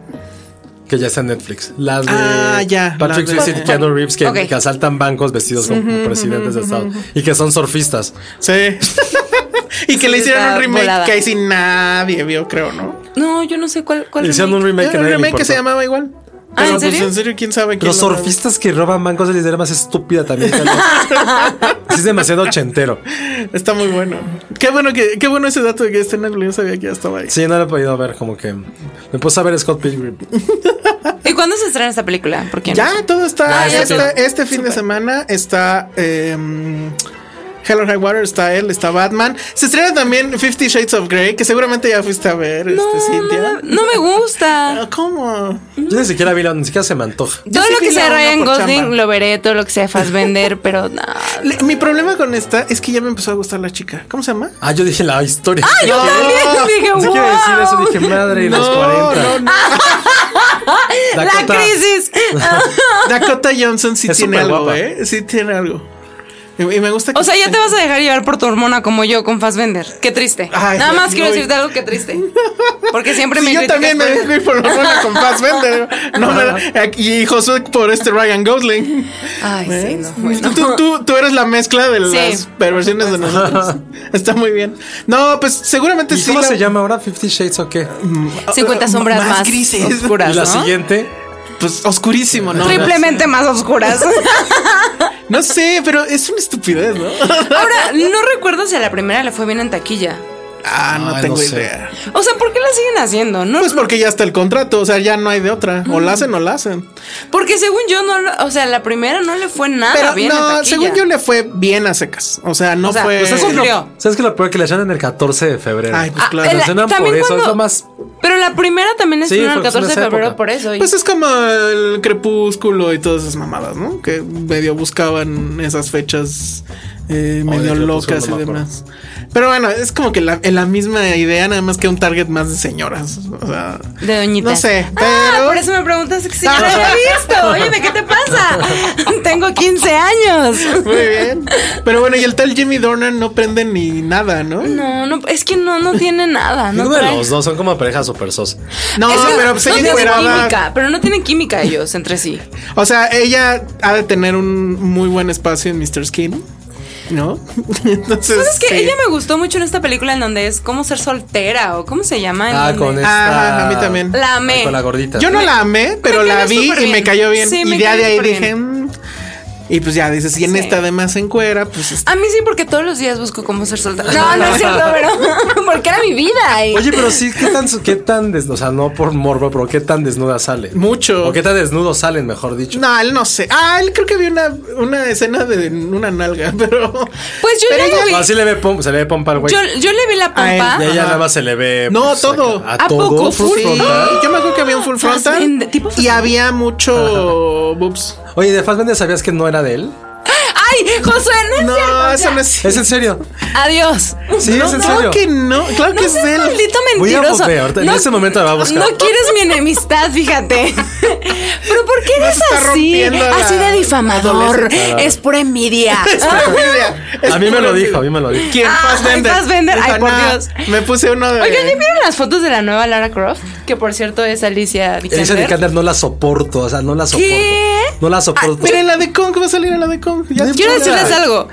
Que ya está en Netflix. Las de
Ah, ya,
Patrick
las de-
Swayze y Keanu Reeves que,
Ok.
que asaltan bancos vestidos como presidentes de Estado y que son surfistas.
Sí. y que
Sí,
le hicieron
está
un remake
volada.
que ahí sí nadie vio, creo, ¿no?
No, yo no sé cuál. cuál
Le hicieron un remake,
Era
que
un
nadie le
remake que se
importó.
llamaba igual.
Ah, ¿en
Pero, pues,
serio?
en serio, quién sabe quién
Los
lo-
surfistas que roban bancos es la idea más estúpida también. que hay. Sí, es demasiado ochentero.
Está muy bueno. Qué bueno que, qué bueno ese dato de que está en Netflix, yo sabía que ya estaba ahí.
Sí, no lo he podido ver, como que me puse a ver Scott Pilgrim.
¿Y cuándo se estrena esta película? ¿Por quién?
Ya, todo está.
Ya, ya
está-
está.
este fin de semana está. em, Hello High Water está él, está Batman. Se estrena también Fifty Shades of Grey, que seguramente ya fuiste a ver, este
No,
Cintia.
no, no me gusta.
Ah, ¿Cómo?
Yo ni siquiera vi la, ni siquiera se me antoja.
Yo
Todo
sí
lo
vi
que
la
sea
uno
Ryan
por
Gosling
chamba.
lo veré, todo lo que sea Fassbender, pero no.
Le- mi problema con esta es que ya me empezó a gustar la chica. ¿Cómo se llama?
Ah, yo dije la historia. Ah,
Yo también dije,
Pensé que iba a decir eso,
wow.
dije, madre, y los
No,
40.
no, no.
La
Dakota-
crisis.
Dakota Johnson sí
Es
tiene algo,
superguapa.
¿eh? Sí tiene algo. Y, y me gusta que.
O sea, ya te vas a dejar llevar por tu hormona como yo con Fassbender. Qué triste.
Ay,
Nada más
no,
quiero
y-
decirte algo que triste. Porque siempre
Sí,
me
yo
criticas
también me
por-
dejo ir por la hormona con Fassbender. No, me- y Josué por este Ryan Gosling.
Ay, sí, no. bueno.
Tú, tú- tú- tú eres la mezcla de las perversiones de nosotros. Está muy bien. No, pues seguramente
¿Y
sí.
cómo
la-
se llama ahora? ¿Fifty Shades o qué?
50 sombras
Más
más,
grises.
oscuras,
Y la
¿no?
siguiente.
Pues oscurísimo, ¿no?
Triplemente más oscuras.
No sé, pero es una estupidez, ¿no?
Ahora, no recuerdo si a la primera le fue bien en taquilla.
Ah, no
Ay,
tengo
no sé.
idea.
O sea, ¿por qué la siguen haciendo? No,
Pues porque ya está el contrato, o sea, ya no hay de otra. O la hacen o la hacen.
porque según yo, no, lo- o sea, la primera no le fue nada
Pero
Ah, bien en
no,
taquilla.
según yo le fue bien a secas. O sea, no
O sea,
fue.
pues eso es lo- Cumplió.
¿Sabes que lo peor que la echan en el 14 de febrero?
Ay, pues
Ah,
claro.
el-
la escena
también
por eso,
cuando-
es lo más-
Pero la primera también
Sí,
estuvo en el
fue- pues,
14 de
en esa
febrero
época.
por eso. y-
Pues es como el crepúsculo y todas esas mamadas, ¿no? Que medio buscaban esas fechas eh, medio
Oh, Crepúsculo
locas
no
y
me acuerdo.
demás. Pero bueno, es como que la, la misma idea, nada más que un target más de señoras. O sea,
De doñitas.
No sé,
Ah,
pero-
por eso me preguntas si ya la había visto. Oye, ¿de qué te pasa? Tengo 15 años.
muy bien. Pero bueno, y el tal Jimmy Dornan no prende ni nada, ¿no?
No, no, es que no, no tiene nada. No
Ninguno de
trae-
los dos son como pareja super sos.
No,
Es que
pero pues
no
ella
tienen
encuerada-
química, pero no tienen química ellos entre sí.
O sea, ella ha de tener un muy buen espacio en Mr. Skin, ¿no? Entonces.
¿Sabes Pues que
sí.
Ella me gustó mucho en esta película en donde es cómo ser soltera o cómo se llama. en
Ah,
donde-
con
Ah,
esta.
a mí también.
La amé.
Con la gordita.
Yo no la amé, pero
me
la
cayó
vi y
súper bien.
me cayó bien.
Sí, me
y ya
cayó
de ahí
súper
dije,
bien.
"Mm, Y pues ya dices, y en
Sí.
esta además en cuera, pues está-
A mí sí, porque todos los días busco cómo ser soldado. No, no es cierto, pero porque era mi vida.
Pues
y-
Oye, pero sí, ¿qué tan, qué tan desnudo? O sea, no por morbo, pero ¿qué tan desnuda sale?
mucho.
¿O qué tan desnudos salen, mejor dicho?
No, él no sé. Ah, él creo que vi una, una escena de una nalga, pero.
Pues yo
pero
ya
ella-
lo vi.
No, así Ah, le ve pom- se le ve pompa al güey.
Yo, yo le vi la
A él,
pompa.
Y a ella
Ajá.
nada más se le ve. pues,
No, todo.
A,
¿A
todo.
poco?
full
Sí.
frontal.
Yo me acuerdo que había un full
Fast-
frontal
Ah, en- tipo-
y había mucho boobs.
Oye, ¿de Fassbender sabías que no era de él?
¡Ay, Josué, no es cierto!
No, eso no es.
¿Es en serio?
Adiós.
Sí, es en
Claro
serio.
que no, claro que
No
es
seas
él.
maldito
Voy a
mentiroso.
volver, ahorita- en ese momento la voy a buscar.
No quieres mi enemistad, fíjate. Pero ¿por qué
Vas
eres
a estar
así?
rompiendo la-
Así de difamador.
adolescencia.
Es pura envidia.
Es
A mí me
pura
lo dijo,
envidia.
a mí me lo dijo.
¿Quién?
Ah,
Fassbender.
Fassbender, ay,
Dijo,
por
"No".
Dios.
Me puse uno de.
Oigan, ¿ya vieron las fotos de la nueva Lara Croft? Que por cierto es Alicia Vikander.
Alicia Vikander no la soporto, o sea, no la soporto.
¿Qué? Ah,
No la soporto.
Pero en la de Kong va a salir en la de Kong. Ya
Yo-
Quiero
Chula.
decirles algo.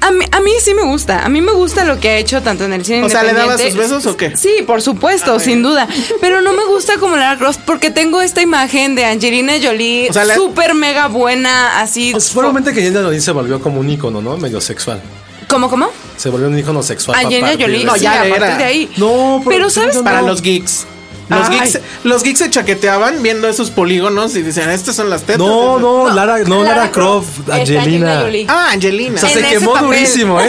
A mí, a mí sí me gusta. A mí me gusta lo que ha hecho tanto en el cine.
O sea, ¿le daba
independiente.
sus besos o qué? Ah,
Sí, por supuesto, sin duda. Pero no me gusta como Lara Croft porque tengo esta imagen de Angelina Jolie
O sea, la-
súper mega buena, así.
Pues fue un momento que Angelina Jolie se volvió como un ícono, ¿no? Medio sexual.
¿Cómo, cómo?
Se volvió un ícono sexual. a
Angelina
partir
Jolie.
de-
No,
sí,
ya
a
le
partir
era.
de ahí.
No, pero-
pero ¿sabes?
no,
Para
no.
los geeks. Los
Ay.
geeks, los geeks se chaqueteaban viendo esos polígonos y decían, estas son las tetas.
No,
estas-
no, Lara, no, Lara Croft,
está
Angelina.
Jolie.
Ah, Angelina.
O sea, se
En ese
quemó
papel.
durísimo, ¿eh?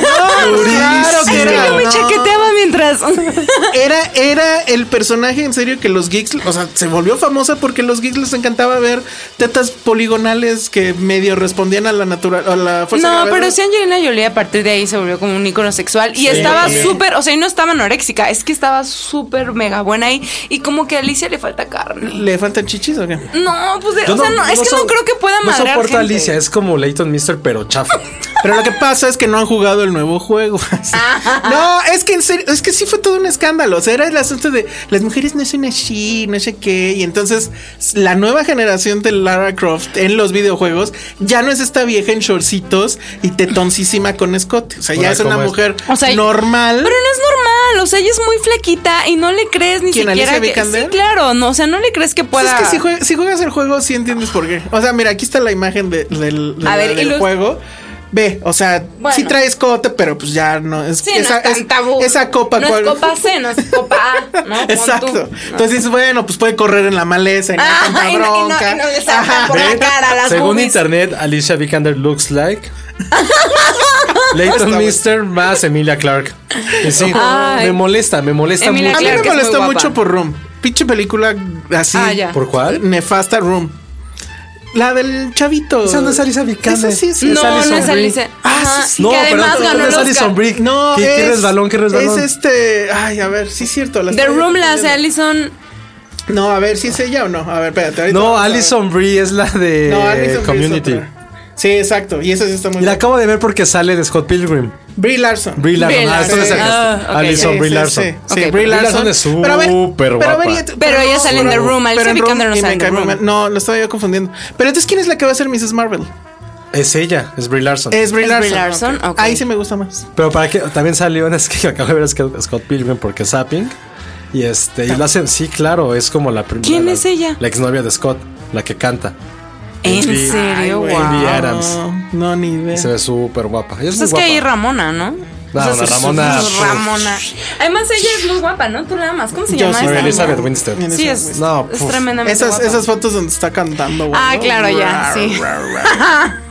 claro que
Es que yo me
No.
chaqueteaba mientras.
Era, era el personaje en serio que los geeks, o sea, se volvió famosa porque los geeks les encantaba ver tetas poligonales que medio respondían a la natural, a la fuerza
No,
de gravedad.
pero sí Angelina Jolie a partir de ahí se volvió como un ícono sexual y estaba
también.
súper, o sea, y no estaba anoréxica, es que estaba súper mega buena ahí y como que a Alicia le falta carne.
¿Le faltan chichis o qué?
No, pues, de- o sea, no, es que
so-
no creo que pueda
No
madrear
soporto a
gente.
Alicia, es como Leighton Mister, pero chafa.
Pero lo que pasa es que no han jugado el nuevo juego.
Ah.
no, es que en serio, es que sí fue todo un escándalo. O sea, era el asunto de las mujeres no son así, no sé qué. Y entonces la nueva generación de Lara Croft en los videojuegos ya no es esta vieja en shortcitos y tetoncísima con escote. O sea, ya
Hola,
es una
¿cómo es?
mujer
O sea,
normal.
Pero no es normal, o sea, ella es muy flaquita y no le crees ni
¿Quién,
siquiera
Alicia
que
Vikander?
Sí, claro, no, o sea, no le crees que
Pues
pueda.
es que si jue- si juegas, el juego, sí entiendes por qué. O sea, mira, aquí está la imagen de- del, de
A
la
ver,
del
ilus-
juego. Ve, o sea,
Bueno.
sí traes cote, pero pues ya no es
Sí, no es tan tabú.
esa copa
no
cual-
es copa C, no es copa A, ¿no? Pon Ah, tú.
Exacto.
No.
Entonces dices, bueno, pues puede correr en la maleza y no hay
Ah,
tanta
y no- y no-
bronca.
y no le saltan
Ajá.
por la
Ve,
cara las
Según
boobies.
internet, Alicia Vikander looks like. Leighton Mister más Emilia Clark. Y sí,
Ay.
me molesta, me molesta
Emilia
A
mucho.
mí
Clarke
me
es muy
molestó
guapa.
mucho por Room. Pinche película así.
Ah, ya.
¿Por cuál?
Nefasta Room. La del chavito.
Esa no es Alicia Vikander.
Esa sí, sí.
No,
Es Alison
no es
Brie.
Alicia. Ajá,
sí,
que
No, pero
además
no,
ganó
no es
el Oscar.
Alison Brie.
No,
¿Qué, qué
es-
resbalón? ¿Qué resbalón?
Es este. Ay, a ver, sí es cierto. la
The
estoy
Room la hace
confundiendo.
Alison.
No, a ver, si es ella o no. A ver, espérate. ahorita
No,
vamos a ver.
Alison Brie es la de
No, Alison Brie es
Community.
otra. Sí, exacto. Y esa sí está muy
Y la
bien.
acabo de ver porque sale de Scott Pilgrim.
Brie Larson.
Brie Larson.
Brie
Ah, esto
Larson.
le sacaste.
Ah, ok,
Alison
Sí,
Brie
sí,
Larson.
Sí, sí,
Ok,
Brie
Brie
Larson.
Larson es
Pero a ver,
súper
pero a ver,
guapa.
y-
Pero ella sale en The Room, Alicia
pero en
Vikander no
y
sale
me
en
cae
The
muy
Room.
mal. No, lo estaba yo confundiendo. Pero entonces, ¿quién es la que va a ser Mrs. Marvel?
Es ella, es Brie Larson.
Es Brie
Es
Larson.
Brie Larson,
Ok.
ok.
Ahí sí me gusta más.
Pero para que también salió en es que acabo de ver es que Scott Pilgrim porque es Zapping. Y este, y lo hacen, sí, claro, es como la primera.
¿Quién
la-
es ella?
La exnovia de Scott, la que canta.
En
Ay,
serio,
güey.
wow.
Amy Adams.
No, Ah, no, ni idea.
Se ve súper guapa. Ella es
Pues
muy
es que
guapa.
ahí Ramona, ¿no?
No, no,
sí,
Ramona,
sí, sí,
pues,
Ramona. Además, ella es muy guapa, ¿no? Tú la amas. ¿Cómo se
Yo
llama
soy
esa?
Mary Elizabeth
niña?
Winstead.
Sí, es,
No,
es
puf.
tremendamente
Esas,
guapa.
esas fotos donde está cantando. güey,
Ah,
¿no?
claro, ya,
Rar,
sí.
rar,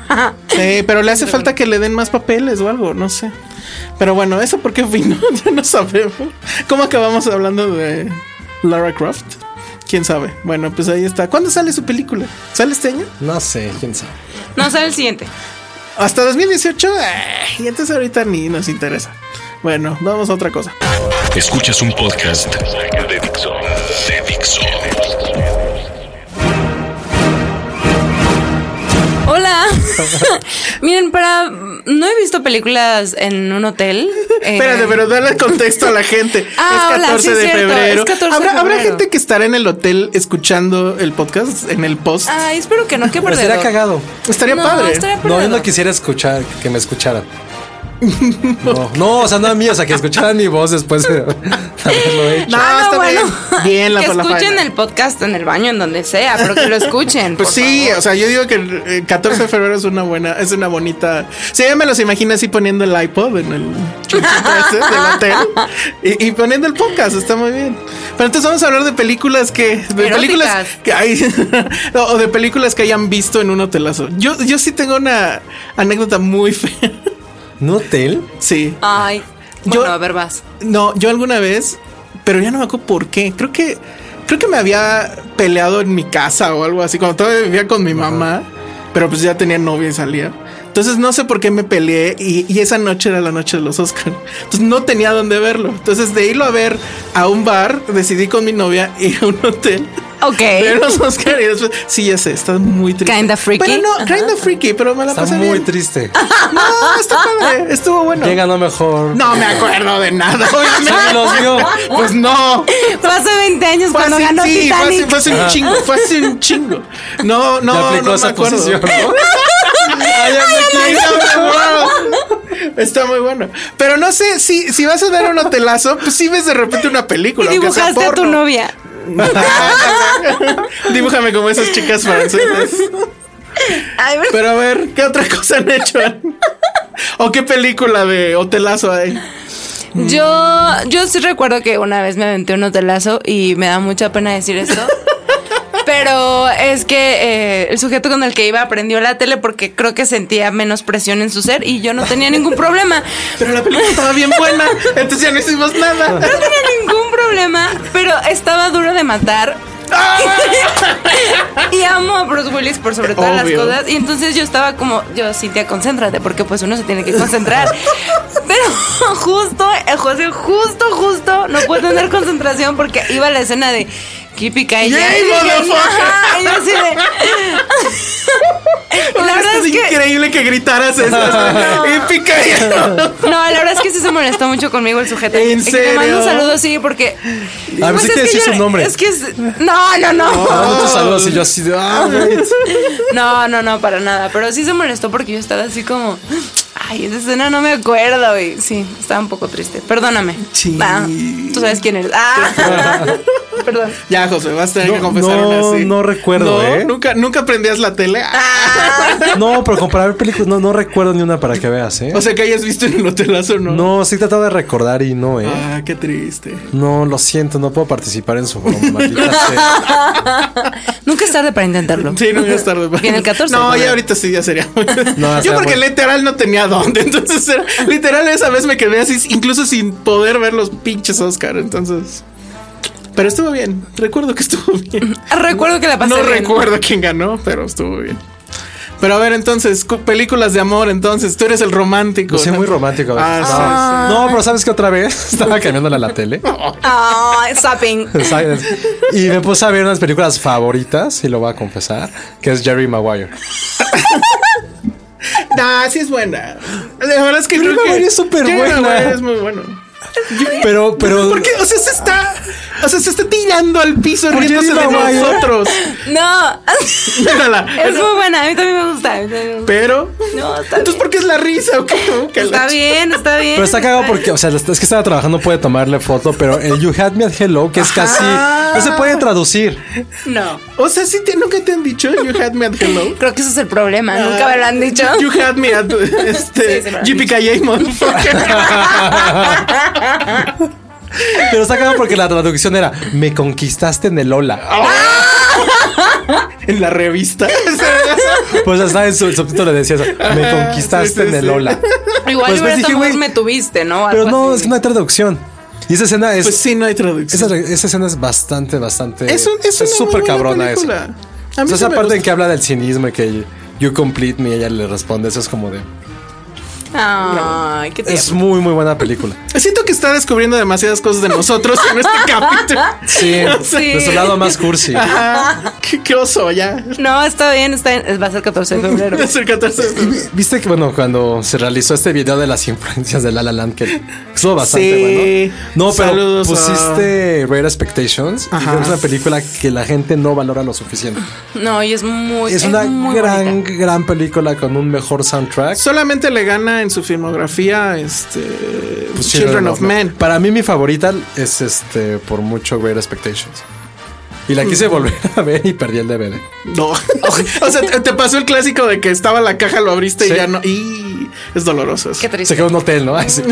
rar. Sí, pero le hace falta que le den más papeles o algo, no sé. Pero bueno, ¿eso por qué vino? ya no sabemos. ¿Cómo acabamos hablando de Lara Croft? ¿Quién sabe? Bueno, pues ahí está. ¿Cuándo sale su película? ¿Sale este año?
No sé, quién sabe.
No, sale el siguiente.
¿Hasta 2018? Ay, eh, y entonces ahorita ni nos interesa. Bueno, vamos a otra cosa.
Eh.
Escuchas un podcast de Dixo. De Dixo.
Hola. Miren, para. No he visto películas en un hotel. eh,
Espérate, pero dale contexto a la gente.
Ah,
es
hola,
14
sí es
de
cierto,
febrero.
es 14 de
¿Habrá, habrá
febrero.
gente que estará en el hotel escuchando el podcast en el post.
Ay, espero que no, qué
Pero
perdedor.
estaría Pues cagado.
Pues estaría
Ah, no,
padre.
estaría
No, yo
perdedor.
no quisiera escuchar que me escucharan. No, no, o sea, no a mí, o sea, que escucharan mi voz después de haberlo hecho.
No,
Ah,
está
bueno.
bien. Bien la
que
Palafaina.
escuchen el podcast en el baño, en donde sea, pero que lo escuchen.
Pues
por
sí,
favor.
o sea, yo digo que el eh, 14 de febrero es una buena, es una bonita. Sí, ya me los imagino así poniendo el iPod en el chulchito ese del hotel y, y poniendo el podcast, está muy bien. Pero entonces vamos a hablar de películas que, de
Eróticas.
películas que hay, no, o de películas que hayan visto en un hotelazo. Yo, yo sí tengo una anécdota muy fea.
¿Un hotel?
Sí.
Ay.
Yo-
Bueno, a ver, vas.
No, yo alguna vez, pero ya no me acuerdo por qué. Creo que creo que me había peleado en mi casa o algo así cuando todavía vivía con mi mamá, pero pues ya tenía novia y salía. Entonces no sé por qué me peleé y, y esa noche era la noche de los Oscars. Entonces no tenía dónde verlo. Entonces de irlo a ver a un bar, decidí con mi novia ir a un hotel.
Ok.
Ver los Oscars y después, sí, ya sé, está muy triste.
Kinda freaky.
Pero no, kinda freaky, pero me la
Está
pasé
muy
bien.
triste.
No, está padre, estuvo bueno.
¿Quién ganó mejor?
No me acuerdo de nada, obviamente.
¿Quién los vio?
Pues no.
Fue hace 20 años
Fue
cuando
así,
ganó
sí, fue así,
Titanic.
fue así un chingo, fue así un chingo. No, no,
Ya aplicó
no
esa
me acuerdo.
posición, ¿no? Ay, ya me
Ay,
quiero.
está muy bueno. Está muy bueno. Pero no sé, si, si vas a ver un hotelazo, pues sí ves de repente una película.
y
aunque sea
dibujaste a tu
porno.
novia.
Dibújame como esas chicas francesas.
Ay, pero-
Pero a ver, ¿qué otra cosa han hecho? ¿O qué película de hotelazo hay?
Yo, yo sí recuerdo que una vez me aventé un hotelazo y me da mucha pena decir esto. Pero es que eh, el sujeto con el que iba aprendió la tele porque creo que sentía menos presión en su ser y yo no tenía ningún problema.
Pero la película estaba bien buena, entonces ya no hicimos nada.
No tenía ningún problema, pero estaba duro de matar.
Ah.
y amo a Bruce Willis por sobre todas
Obvio.
las cosas. Y entonces yo estaba como, yo, Cintia, concéntrate, porque pues uno se tiene que concentrar. Pero justo, eh, José, justo, justo, no puedo tener concentración porque iba a la escena de Keep it Y yo
Yay, motherfucker.
así de- La verdad
es
es que
increíble que gritaras eso. Épica
No, la verdad es que sí se molestó mucho conmigo el sujeto.
¿En
Y que Le mando un
serio?
saludo, sí, porque. pues
A ver, sí te
es
decía
yo-
su nombre.
Es que es. No, no,
Ah,
no.
muchos saludos y yo así de. ah, güey.
No, no, no, para nada. Pero sí se molestó porque yo estaba así como. Ay, esa escena no me acuerdo. Y sí, estaba un poco triste. Perdóname.
Sí.
Ah, Tú sabes quién eres. Ah. Perdón.
Ya, José, vas a tener
No,
que confesar
no,
una así.
no recuerdo, ¿eh?
Nunca, nunca prendías la tele.
Ah.
No, pero comparar películas, no, no recuerdo ni una para que veas, ¿eh?
O sea, que hayas visto en el hotelazo, ¿no?
No, sí he tratado de recordar y no, ¿eh?
Ah, qué triste.
No, lo siento, no puedo participar en su broma, maldita sea.
Nunca es tarde para intentarlo.
Sí, no, ya es tarde.
Viene el 14.
No,
joder.
ya ahorita sí, ya sería.
No,
Yo
está
porque
bueno.
literal no tenía dónde. Entonces, era- literal, esa vez me quedé así, incluso sin poder ver los pinches Oscar. Entonces. Pero estuvo bien. Recuerdo que estuvo bien.
Recuerdo que la pasé
No
bien.
recuerdo quién ganó, pero estuvo bien. Pero a ver, entonces, cu- películas de amor, entonces, tú eres el romántico.
Lo sé muy romántico. a
Ah,
veces.
sí,
no, no, pero ¿sabes que otra vez? Estaba cambiándola la tele.
Ah, zapping.
¿sabes? Y me puse a ver unas películas favoritas, y lo voy a confesar, que es Jerry Maguire.
Nah, sí es buena. La verdad es que creo
Maguire
que
es súper
Jerry
buena.
Maguire es muy bueno.
Pero, pero.
Porque, o sea, se está, o sea, se está tirando al piso
Por
riéndose
Jerry
de
Maguire.
nosotros.
No.
Mírala.
Es muy buena. A mí también me gusta. a mí también me gusta.
Pero,
No, está
entonces,
bien.
¿por qué es la risa o qué? Que
Está
la-
bien, está bien.
Pero está cagado porque, o sea, es que estaba trabajando, puede tomarle foto, pero el You Had Me at Hello, que es casi. No se puede traducir.
No.
O sea, sí te, nunca te han dicho You had me at hello.
Creo que ese es el problema. Nunca me lo han dicho.
You had me at este
Sí, sí me lo han
JPKA, motherfucker.
Pero está cagado porque la traducción era: Me conquistaste en el
Ah.
Ola.
en la revista.
Pues está en su el subtítulo le decía eso: Me conquistaste
sí, sí,
en el
sí.
Ola.
Igual
Pues,
hubiera
pues, dije,
estado
güey,
más me tuviste, ¿no?
Pero
Algo
no,
así.
es que no hay traducción. Y esa escena es.
Ah, Pues sí, no hay traducción.
esa, esa escena es bastante, bastante.
Es un- Este, es una muy
súper
buena
cabrona
película.
esa.
A mí
O sea,
sí
esa
me
parte en
gusta.
que habla del cinismo y que you complete me, ella le responde. Eso es como de.
Ay, qué
Es
tierno.
muy, muy buena película.
Siento que está descubriendo demasiadas cosas de nosotros en este capítulo.
Sí,
Sí.
de su lado más cursi.
Ajá. Qué, qué oso ya.
No, está bien, está bien. Va a ser 14 de febrero.
Es el 14 de febrero.
Viste que, bueno, cuando se realizó este video de las influencias de La La Land, que estuvo bastante
Sí.
bueno. No, pero
Saludos a-
pusiste Rare Expectations y creo que es una película que la gente no valora lo suficiente.
No, y es muy.
Es una
muy
gran,
bonita.
gran película con un mejor soundtrack.
Solamente le gana favorita en su filmografía, este,
Pues,
Children, of Men.
Para mí mi favorita es este por mucho Great Expectations. Y la
Mm.
quise volver a ver y perdí el DVD.
No. o sea, te, te pasó el clásico de que estaba la caja, lo abriste
Sí.
y ya no. Y es doloroso eso.
Qué
Se
triste.
quedó en un hotel, ¿no? Ay, sí.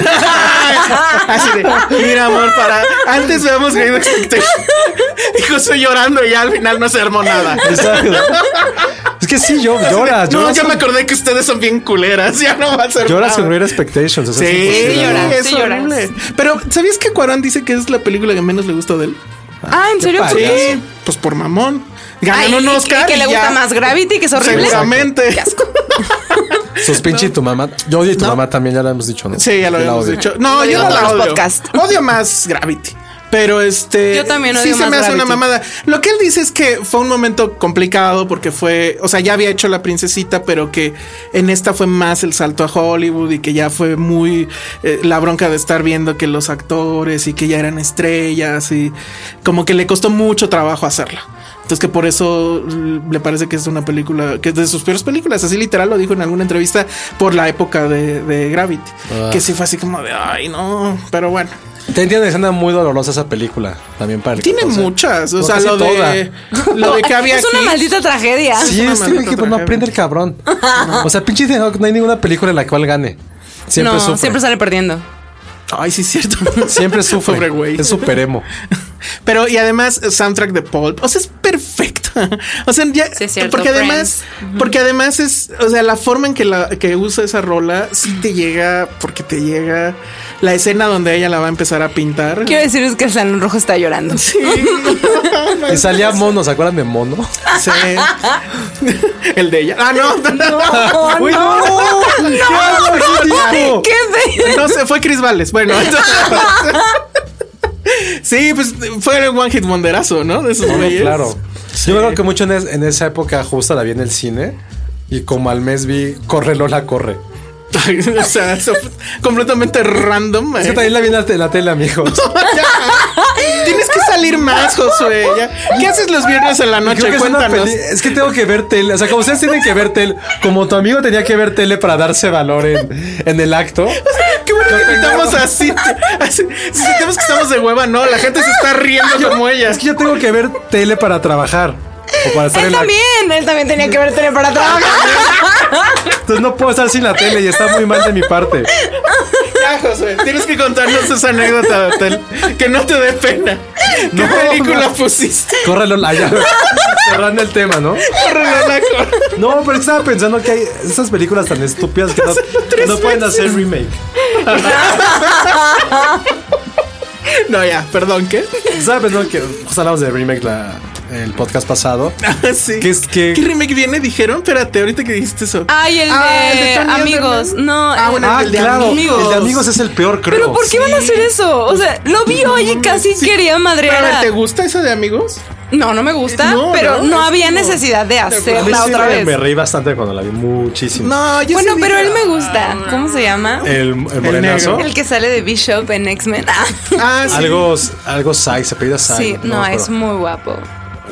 Así de, mira, amor, para. Antes veamos Great Expectations. Y Josué llorando y ya al final no se armó nada.
Exacto. Es que sí, yo, lloras.
No,
lloras
ya
con-
me acordé que ustedes son bien culeras. Ya no va a ser.
Lloras
nada.
con Great Expectations. o sea,
Sí,
es imposible,
lloras,
¿no?
es
sí lloras.
horrible. Pero, ¿sabías que Cuarón dice que es la película que menos le gustó de él?
Ah, ¿en serio?
padre.
Ay,
Sí, pues por mamón.
y-
Ganó un
y- y
Oscar.
que
y
le
ya.
gusta más Gravity, que es horrible.
Seguramente.
Qué asco.
Sus pinche y tu mamá. Yo y tu mamá también ya lo hemos dicho, ¿no?
Sí, ya
Y la
lo habíamos
odio.
dicho. No,
Lo
yo
digo
no
en
la
todos los
odio.
podcasts.
Odio más Gravity. Pero este.
Yo también
Sí,
odio
se
más
me hace una
Gravity.
mamada. Lo que él dice es que fue un momento complicado porque fue. O sea, ya había hecho La Princesita, pero que en esta fue más el salto a Hollywood y que ya fue muy. eh, la bronca de estar viendo que los actores y que ya eran estrellas y. Como que le costó mucho trabajo hacerla. Entonces que por eso mm, le parece que es una película, que es de sus peores películas, así literal lo dijo en alguna entrevista por la época de, de Gravity, que sí fue así como de, ay no, pero bueno,
Te tiene una escena muy dolorosa esa película. También para el
tiene
o sea,
muchas, o
no, Pues
sea,
casi
lo de, lo de que había
Es una
aquí,
maldita tragedia.
Sí,
una
es que
maldita
dije, pues, no
tragedia.
aprende el cabrón. O sea, pinche de- no, no hay ninguna película en la cual gane. Siempre
no,
sufre.
siempre sale perdiendo.
ay sí es cierto,
Siempre sufre.
Pobre güey.
Es superemo.
Pero y además soundtrack de Pulp, o sea, es perfecta. O sea, ya
Sí, es cierto,
porque además porque además es, o sea, la forma en que la que usa esa rola sí te llega porque te llega la escena donde ella la va a empezar a pintar.
Quiero decir es que el Salón Rojo está llorando.
Sí.
Y salía mono, ¿se acuerdan de mono?
Sí. El de ella. Ah, no.
No,
Uy,
no.
no. ¿Qué hago? ¿Qué digo?
¿Qué fe-
No sé, fue Chris Valles. Bueno, entonces- Sí, pues fue un one hit wonderazo, ¿no? De esos
No, no,
güeyes.
claro.
Sí.
Yo creo que mucho en, es- en esa época justo la vi en el cine. Y como al mes vi Corre Lola Corre.
o sea, eso fue completamente random.
Es que
¿eh?
también la vi en la, te- en la tele, amigos.
Ya. Tienes que salir más, Josué. ya. ¿Qué haces los viernes en la
Y creo
noche?
que es, una
Cuéntanos.
peli- es que tengo que ver tele. O sea, como ustedes tienen que ver tele, como tu amigo tenía que ver tele para darse valor en, en el acto.
Qué bueno
Yo
que
tengo-
estamos así. así- Si sentimos que estamos de hueva, no. La gente se está riendo como ella.
Es que yo tengo que ver tele para trabajar. O para estar
Él
en la-
también, él también tenía que ver tele para trabajar.
Entonces no puedo estar sin la tele y está muy mal de mi parte.
Ya, Ah, José, tienes que contarnos esa anécdota, Tel. Que no te dé pena. ¿Qué
No,
película
no.
pusiste?
Corre Lola, ya. Cerrando el tema, ¿no?
Córrelo, la cor-
No, pero estaba pensando que hay esas películas tan estúpidas que no, que no pueden hacer remake.
No, ya, perdón, ¿qué?
Estaba pensando que justo hablamos de remake la, el podcast pasado.
Ah, sí.
¿Qué es que-
¿Qué remake viene? Dijeron, espérate, ahorita que dijiste eso.
Ay, el
Ah, el
de,
de Tony
amigos.
Anderman.
No,
Ah,
el-
bueno,
Ah,
el de
claro.
Amigos.
El de amigos es el peor, creo.
Pero ¿por qué van a hacer eso? O sea, lo vi hoy y casi quería
Pero,
madrear.
a ver,
a-
¿te gusta esa de amigos?
No, no me gusta,
No,
pero
no,
no,
no,
había
no.
necesidad de
A mí
hacerla
sí
otra
me- Me
vez.
reí bastante cuando la vi muchísimo.
No, yo
Bueno, pero él me gusta. ¿Cómo se llama?
El, el morenazo.
negro.
El que sale de Bishop en X-Men. Ah,
Ah, sí.
Algo, algo Sai, se apellida Sai.
sí, no,
me
es
acuerdo.
muy guapo.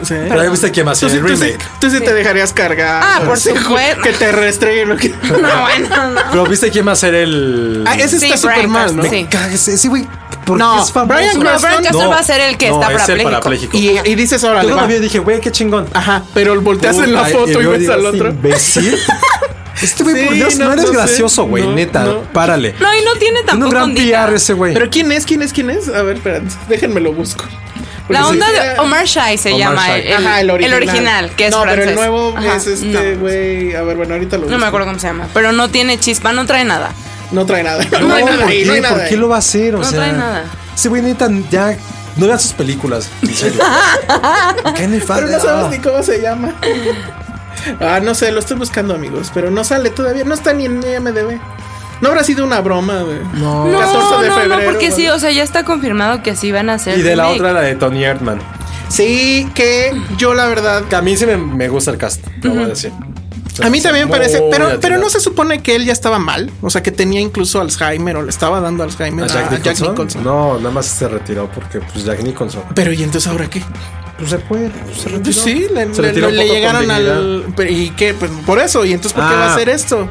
Sí.
Pero ahí viste que más
Tú
en
sí,
el
tú sí,
remake.
tú sí te dejarías cargar.
Ah, por
Sí,
supuesto.
Que te restregue lo que.
No, bueno, no.
Pero viste quién va a ser el.
Ah, ese está
Sí, Brian
súper mal, ¿no?
Cranston, sí.
Me cagas, ese güey. ¿Por
No,
qué es famoso?
Bryan
No, Bryan Cranston va a ser el que está
es el
parapléjico.
parapléjico.
Y, y dices, ahora
Yo lo vi y dije, güey, qué chingón.
Ajá, pero volteas en la
Puta,
foto y
yo
ves
digo,
al
"Este
otro.
Imbécil. Este güey, por
Sí,
Dios, no,
no,
eres
no sé.
gracioso, güey.
No,
neta,
no.
párale.
No, y no tiene
Tiene un
tampoco
gran
ondita.
PR ese güey.
Pero quién es, quién es, quién es? A ver, espérate, déjenme lo busco. Porque
La
sí.
onda de Omar Shai se
Omar
llama
Sy.
el, original, que es
No,
francés.
pero el nuevo
Ajá,
es este
no.
güey. A ver, bueno, ahorita lo
No me
busco.
acuerdo cómo se llama, pero no tiene chispa, no trae nada.
No trae nada. No,
No,
hay
¿por
nada ahí,
qué?
no hay nada.
¿Por qué
ahí.
lo va a hacer? O
No
sea,
trae nada.
Ese güey, neta, ya. No vean sus películas. En serio. Qué
Pero
nefasto.
no sabes ni cómo se llama. Ah, no sé, lo estoy buscando, amigos, pero no sale todavía, no está ni en IMDb. No habrá sido una broma, güey.
No.
No,
14 de
no,
febrero.
no, porque sí,
¿no?
o sea, ya está confirmado que así van a hacer.
Y de la
remake.
otra, la de Tony Erdman.
Sí, que yo la verdad
Que a mí sí me, me gusta el cast, te lo voy a decir. O sea,
A mí
sí,
también me
muy
parece, pero,
atinado.
pero no se supone que él ya estaba mal, o sea que tenía incluso Alzheimer o le estaba dando Alzheimer
¿A
a
Jack Nicholson?
Ah, Nicholson.
No, nada más se retiró porque, pues, Jack Nicholson.
Pero y entonces ahora qué?
Pues se puede. pues, se retiró.
Pues sí, le,
Se
le-
retiró un
le
poco con
llegaron
dignidad.
al pero, y qué, pues por eso y entonces por qué
Ah.
va a hacer esto?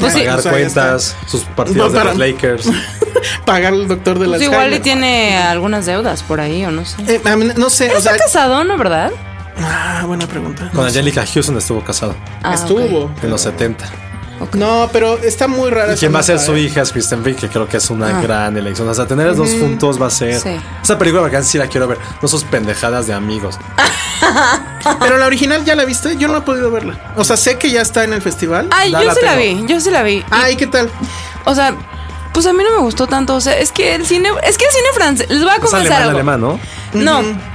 Pues sí.
pagar
O sea, ya
cuentas, sus partidas de
Para-
los Lakers.
Pagar al doctor de la
Pues igual y tiene algunas deudas por ahí, o no sé.
Eh, no sé,
Él
o sea,
está casado, ¿no, verdad?
ah, buena pregunta.
Con Angelica Houston estuvo casado
Ah,
Estuvo.
en los 70.
No, pero está muy raro.
Y quien va a ser
¿eh?
su hija es Kristen Wiig, que creo que es una
Ah.
gran elección. O sea, tener los dos juntos va a ser.
Sí.
Esa película bacán sí la quiero ver. No sus pendejadas de amigos.
Ah, Pero la original ya la viste, yo no he podido verla. O sea, sé que ya está en el festival.
Ay,
Ya
yo
la
sí la
tengo.
vi, yo sí la vi.
Ay, ¿qué tal?
O sea, pues a mí no me gustó tanto. O sea, es que el cine, es que el cine francés, les voy a
Es
confesar
alemán,
algo.
alemán, ¿no?
No.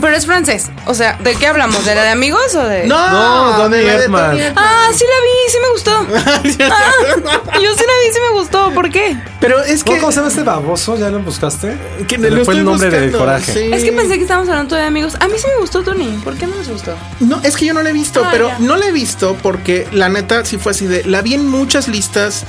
Pero es francés. O sea, ¿de qué hablamos? ¿De la de amigos o de.?
No, Donny
Ah, la de
Erdmann.
Tony Erdmann.
Ah, sí la vi, sí me gustó. Ah, yo sí la vi, sí me gustó. ¿Por qué?
Pero es que,
¿Cómo se llama este baboso? ¿Ya lo buscaste?
que
Se le
lo
fue el
estoy
nombre de
buscando,
Coraje.
sí.
Es que pensé que estábamos hablando todavía de amigos. A mí sí me gustó, Tony. ¿Por qué no les gustó?
No, es que yo no la he visto,
Ah,
pero
ya.
no la he visto porque la neta sí fue así de. La vi en muchas listas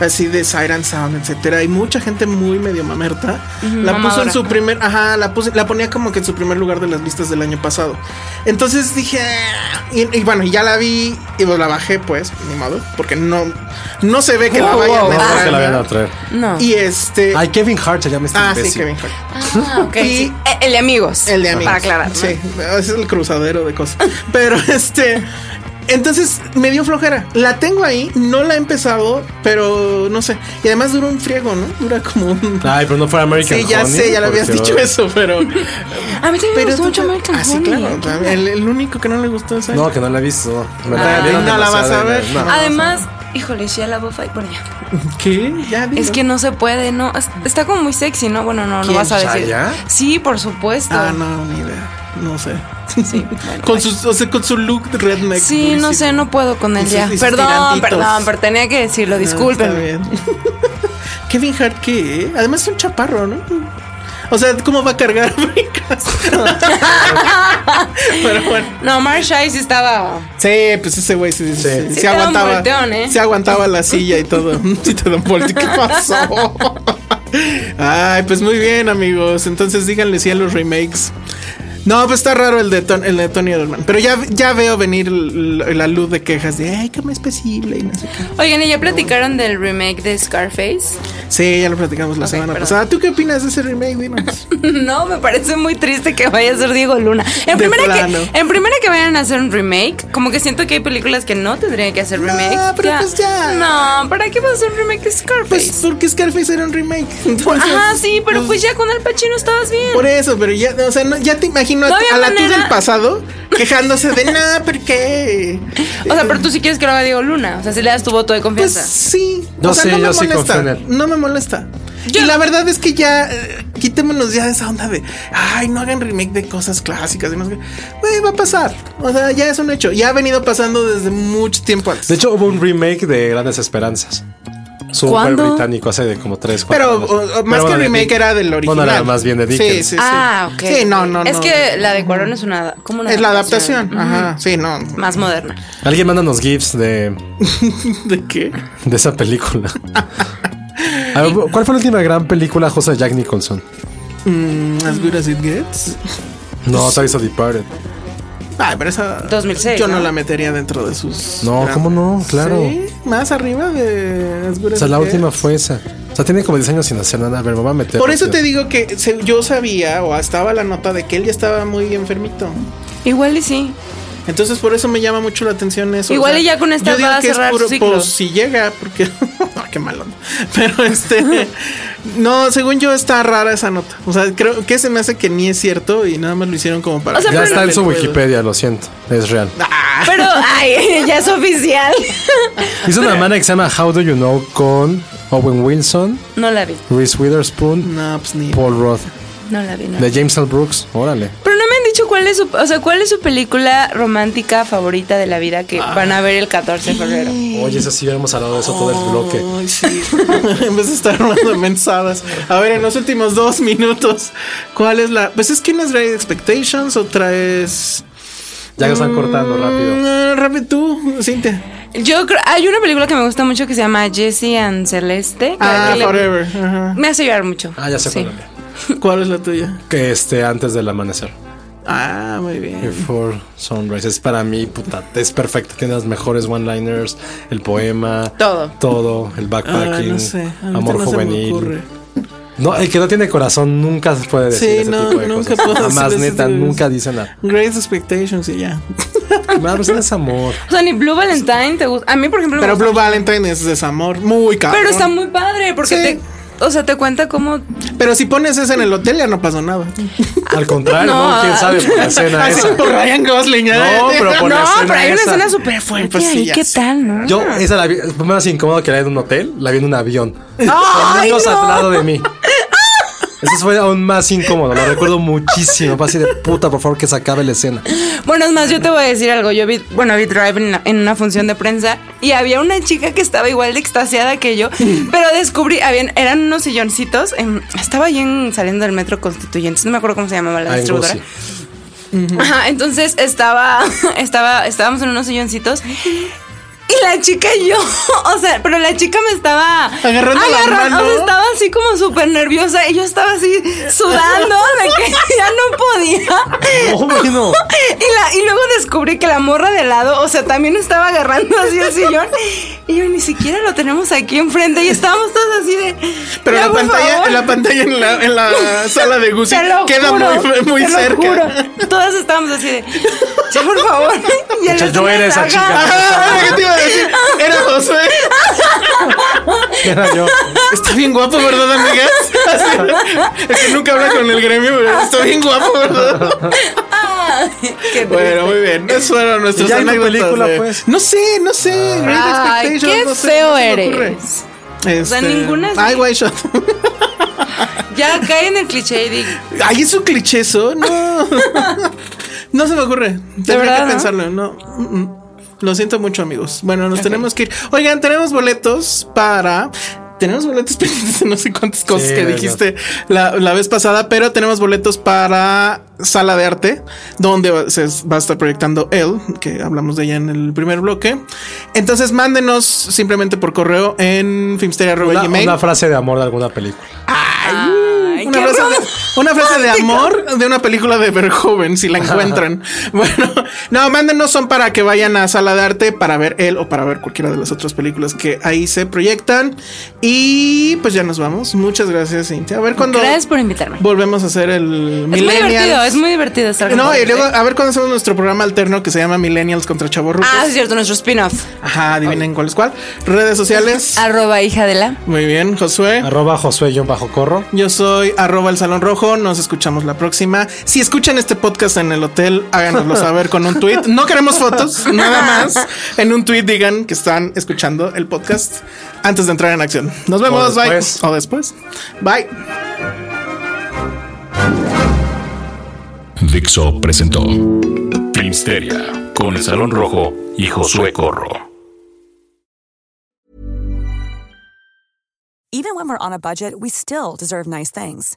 así de Siren Sound, etcétera. Y mucha gente muy medio mamerta. La puso en
mamadora.
su primer. Ajá, la puse, la ponía como que en su primer lugar de las listas del año pasado. Entonces dije. "Ah", Y, y bueno, ya la vi y pues, la bajé, pues, ni modo, porque no, no se ve que la
Wow,
vayan
wow,
a
wow.
No,
entrar,
que la vayan a
¿no?
traer.
No.
Y este.
Ay, Kevin Hart se llama este
ah, sí,
imbécil.
Kevin Hart.
Ah, ok.
y-
sí. Eh, El de amigos.
El de amigos.
Para aclarar.
Sí, es el cruzadero de cosas. Pero este. Entonces me dio flojera. La tengo ahí, no la he empezado, pero no sé. Y además dura un friego, ¿no? Dura como un.
Ay, pero no fuera American
sí, ya
Honey,
sé, ya lo habías
porque-
dicho eso, pero.
A mí también me
pero
gustó
tú-
mucho American
Ah, sí,
Honey.
claro. El, el único que no le gustó es a él.
No, que no la he visto. Me
Ah.
perdieron
No la vas
demasiado
a
de-
ver.
no.
Ah,
Además, híjole, Shia LaBeouf ahí por allá.
¿Qué? Ya dilo.
Es que no se puede, no. Es- Está como muy sexy, ¿no? Bueno, no, no
¿Quién,
vas a decir.
Shia?
Sí, por supuesto.
Ah, no, ni idea. No sé.
Sí, bueno,
con,
bye.
sus, o sea, con su look redneck.
Sí, no
durísimo.
sé, no puedo con él
Y
ya.
sus- y sus
Perdón,
tirantitos.
perdón, pero tenía que decirlo,
Ah,
disculpen.
está bien. Kevin Hart, ¿qué? Además es un chaparro, ¿no? O sea, ¿cómo va a cargar brincas? Pero bueno.
No, Marsha sí estaba.
Sí, pues ese güey sí, sí, sí,
Sí
se
te da un
aguantaba.
volteón, ¿eh?
Se aguantaba la silla y todo. sí te da un volte- ¿Qué pasó? Ay, pues muy bien, amigos. Entonces díganle sí a los remakes. No, pues está raro el de, Ton- el de Tony Erdmann. Pero ya, ya veo venir l- la luz de quejas de, ay, ¿cómo es posible? Y no sé qué.
Oigan, ¿y ya platicaron del remake de Scarface?
Sí, ya lo platicamos la semana
perdón.
pasada. ¿Tú qué opinas de ese remake? Dinos.
No, me parece muy triste que vaya a ser Diego Luna. En
De
primera,
plano.
que, en primera que vayan a hacer un remake, como que siento que hay películas que no tendrían que hacer remake.
pero pues ya.
No, ¿para qué va a hacer un remake de Scarface?
Pues porque Scarface era un remake. Entonces,
Ajá, sí, pero pues ya con Al Pacino estabas bien.
Por eso, pero ya, o sea, no- ya te imagino a,
No había
a la tú
manera.
del pasado quejándose de nada, ¿por qué? Eh,
O sea, pero tú sí quieres que lo haga Diego Luna. O sea, si le das tu voto de
Pues
confianza.
sí.
Yo
o sea,
sí,
no me
yo sí confío en
molesta.
él.
No me molesta.
Yo-
Y la verdad es que ya eh, quitémonos ya de esa onda de ay, no hagan remake de cosas clásicas. y no sé qué. Güey, va a pasar. O sea, ya es un hecho. Ya ha venido pasando desde mucho tiempo antes.
De hecho, hubo un remake de Grandes Esperanzas. Súper
¿Cuándo?
británico, hace de como 3, 4
pero o- o- más que remake era del original.
Bueno, era más bien de Dickens.
Sí, sí, sí.
Ah, ok.
Sí, no, no,
Es
no.
que la de Cuarón es una. ¿cómo una
es la adaptación. Ajá. Sí, no.
Más moderna.
Alguien mándanos GIFs de,
¿De qué?
de esa película. A ver, ¿Cuál fue la última gran película justo de Jack Nicholson?
As good as it gets. Pues,
No, se hizo Departed.
Ah, pero esa.
2006,
Yo no,
¿no?
la metería dentro de sus.
No,
grandes.
¿cómo no? Claro.
Sí, más arriba de As good
O
as
sea,
it
la
gets.
última fue esa. O sea, tiene como 10 años sin hacer nada. A ver, me voy a meter.
Por eso te digo que se- yo sabía o estaba la nota de que él ya estaba muy enfermito.
Igual y sí.
Entonces por eso me llama mucho la atención eso.
Igual y ya con esta
yo digo
va a
que es
cerrar su ciclo.
Pues si llega, porque Ah, qué malo. Pero este no, según yo está rara esa nota. O sea, creo que se me hace que ni es cierto y nada más lo hicieron como para.
O sea,
Ya
pero-
está en su Wikipedia, lo siento. Es real.
Ah,
Pero, ay, ya es oficial.
Hizo una mano que se llama How Do You Know con Owen Wilson,
No la vi,
Reese Witherspoon,
no, pues ni.
Paul Roth.
no la vi. No.
De James L. Brooks, órale.
Pero no me han dicho cuál es su, o sea, cuál es su película romántica favorita de la vida que
Ah.
van a ver el 14 de febrero.
Oye, eso sí hubiéramos hablado de eso todo el bloque.
Ay, sí. en vez de estar hablando mensadas. A ver, en los últimos dos minutos, ¿cuál es la? Pues es que no es Great Expectations, otra es.
Ya que están cortando rápido.
Mm, rápido tú, Cintia.
Yo creo, hay una película que me gusta mucho que se llama Jesse and Celeste. que-
Ah,
que le-
Forever. ajá.
me hace llorar mucho.
Ah, ya sé
Sí.
cuál era.
¿Cuál es la tuya?
Que este, antes del amanecer.
Ah, muy bien.
Before Sunrise es para mí, puta, es perfecto. Tiene las mejores one-liners, el poema,
Todo.
todo, el
Ah,
backpacking,
no sé. A mí
amor
no se me ocurre.
juvenil. No, el que no tiene corazón nunca se puede decir
Sí,
ese
no,
tipo de
nunca
cosas.
puedo decir
Jamás,
ese
neta,
tipo de
nunca
cosas.
dice nada.
Great Expectations y ya.
Más es amor.
O sea, ni Blue Valentine te gusta. A mí, por ejemplo, me
Pero
gusta-
Blue Valentine es desamor. Muy caro.
pero está muy padre porque
Sí.
te. O sea, te cuenta cómo.
Pero si pones ese en el hotel ya no pasó nada.
Al contrario, ¿no?
No.
¿Quién sabe por la escena
Así
esa?
por Ryan Gosling. ¿eh?
No, pero por la
no,
escena
pero hay una
esa.
escena súper fuerte.
Pues sí,
ahí,
ya
¿Qué
sé.
tal, no?
Yo, esa la vi, fue más incómodo que la vi en un hotel, la vi en un avión. Con
¡Ay,
niños
no!
al lado de mí. Eso fue aún más incómodo, lo recuerdo muchísimo. Fue así de puta, por favor, que se acabe la escena.
Bueno, es más, yo te voy a decir algo. Yo vi, bueno, vi Drive en, la- en una función de prensa y había una chica que estaba igual de extasiada que yo, pero descubrí, habían, eran unos silloncitos. en- estaba ahí en- saliendo del metro Constituyentes, no me acuerdo cómo se llamaba la
Ay,
distribuidora.
Gossi.
Ajá, entonces estaba, estaba, estábamos en unos silloncitos. Y la chica y yo, o sea, pero la chica me estaba
Agarrando la mano.
o sea, estaba así como súper nerviosa y yo estaba así sudando de que ya no podía.
No, bueno.
Y, la- y luego descubrí que la morra de lado, o sea, también estaba agarrando así el sillón. Y yo ni siquiera lo tenemos aquí enfrente y estábamos todos así de.
Pero
"Ya,
la
por
pantalla,
favor".
la pantalla en la, en la sala de Gucci
Te lo
queda
juro,
muy, muy
te lo
cerca.
juro. Todas estábamos así de, ya por favor. Y en
Mucha,
las
yo era esa
mesas,
chica.
ajá.
Ah, ¿Qué te iba a decir? Era Josué.
Era yo.
Está bien guapo, ¿verdad, amigas? Así, es que nunca habla con el gremio, pero está bien guapo, ¿verdad?
Qué
Bueno, muy bien. Eso era nuestra
Y ya hay una película, pues.
No sé, no sé. Great
Ay,
Expectations.
qué
no sé,
feo
no se me
eres.
ocurre. Este,
ninguna es-
Ay, White Shot.
Ya cae en el cliché y digo,
Ay, es un cliché eso. No. No se me ocurre. Tendría
verdad,
que
¿no?
pensarlo. No. Mm, mm. Lo siento mucho, amigos. Bueno, nos tenemos que ir. Oigan, tenemos boletos para. Tenemos boletos pendientes de no sé cuántas cosas
Sí,
que
verdad.
dijiste la, la vez pasada, pero tenemos boletos para Sala de Arte, donde va- se va a estar proyectando él, que hablamos de ella en el primer bloque. Entonces, mándenos simplemente por correo en
Una,
filmsteria.gmail.
una frase de amor de alguna película.
ay,
Una
qué
frase, de,
romántico.
una frase de amor de una película de Verhoeven, si la encuentran. bueno, no, mándenos son para que vayan a sala de arte para ver él o para ver cualquiera de las otras películas que ahí se proyectan. Y pues ya nos vamos. Muchas gracias, Cintia. A ver cuándo
Gracias por invitarme.
volvemos a hacer el
Es muy divertido, es
Millennials.
muy divertido estar con
No, y
ustedes.
luego ah, a ver cuándo hacemos nuestro programa alterno que se llama Millennials contra Chavo
Ah, es cierto, nuestro spin-off.
Ajá, adivinen cuál es cuál. Redes sociales.
Arroba hija de la.
Muy bien, Josué.
Arroba Josué yo bajo corro.
Yo soy arroba el salón rojo, nos escuchamos la próxima. Si escuchan este podcast en el hotel, háganoslo saber con un tweet. No queremos fotos, nada más. En un tweet digan que están escuchando el podcast antes de entrar en acción. Nos vemos, bye.
después.
O después. Bye.
Dixo presentó Filmsteria con el Salón Rojo y Josué Corro.
Even when we're on a budget, we still deserve nice things.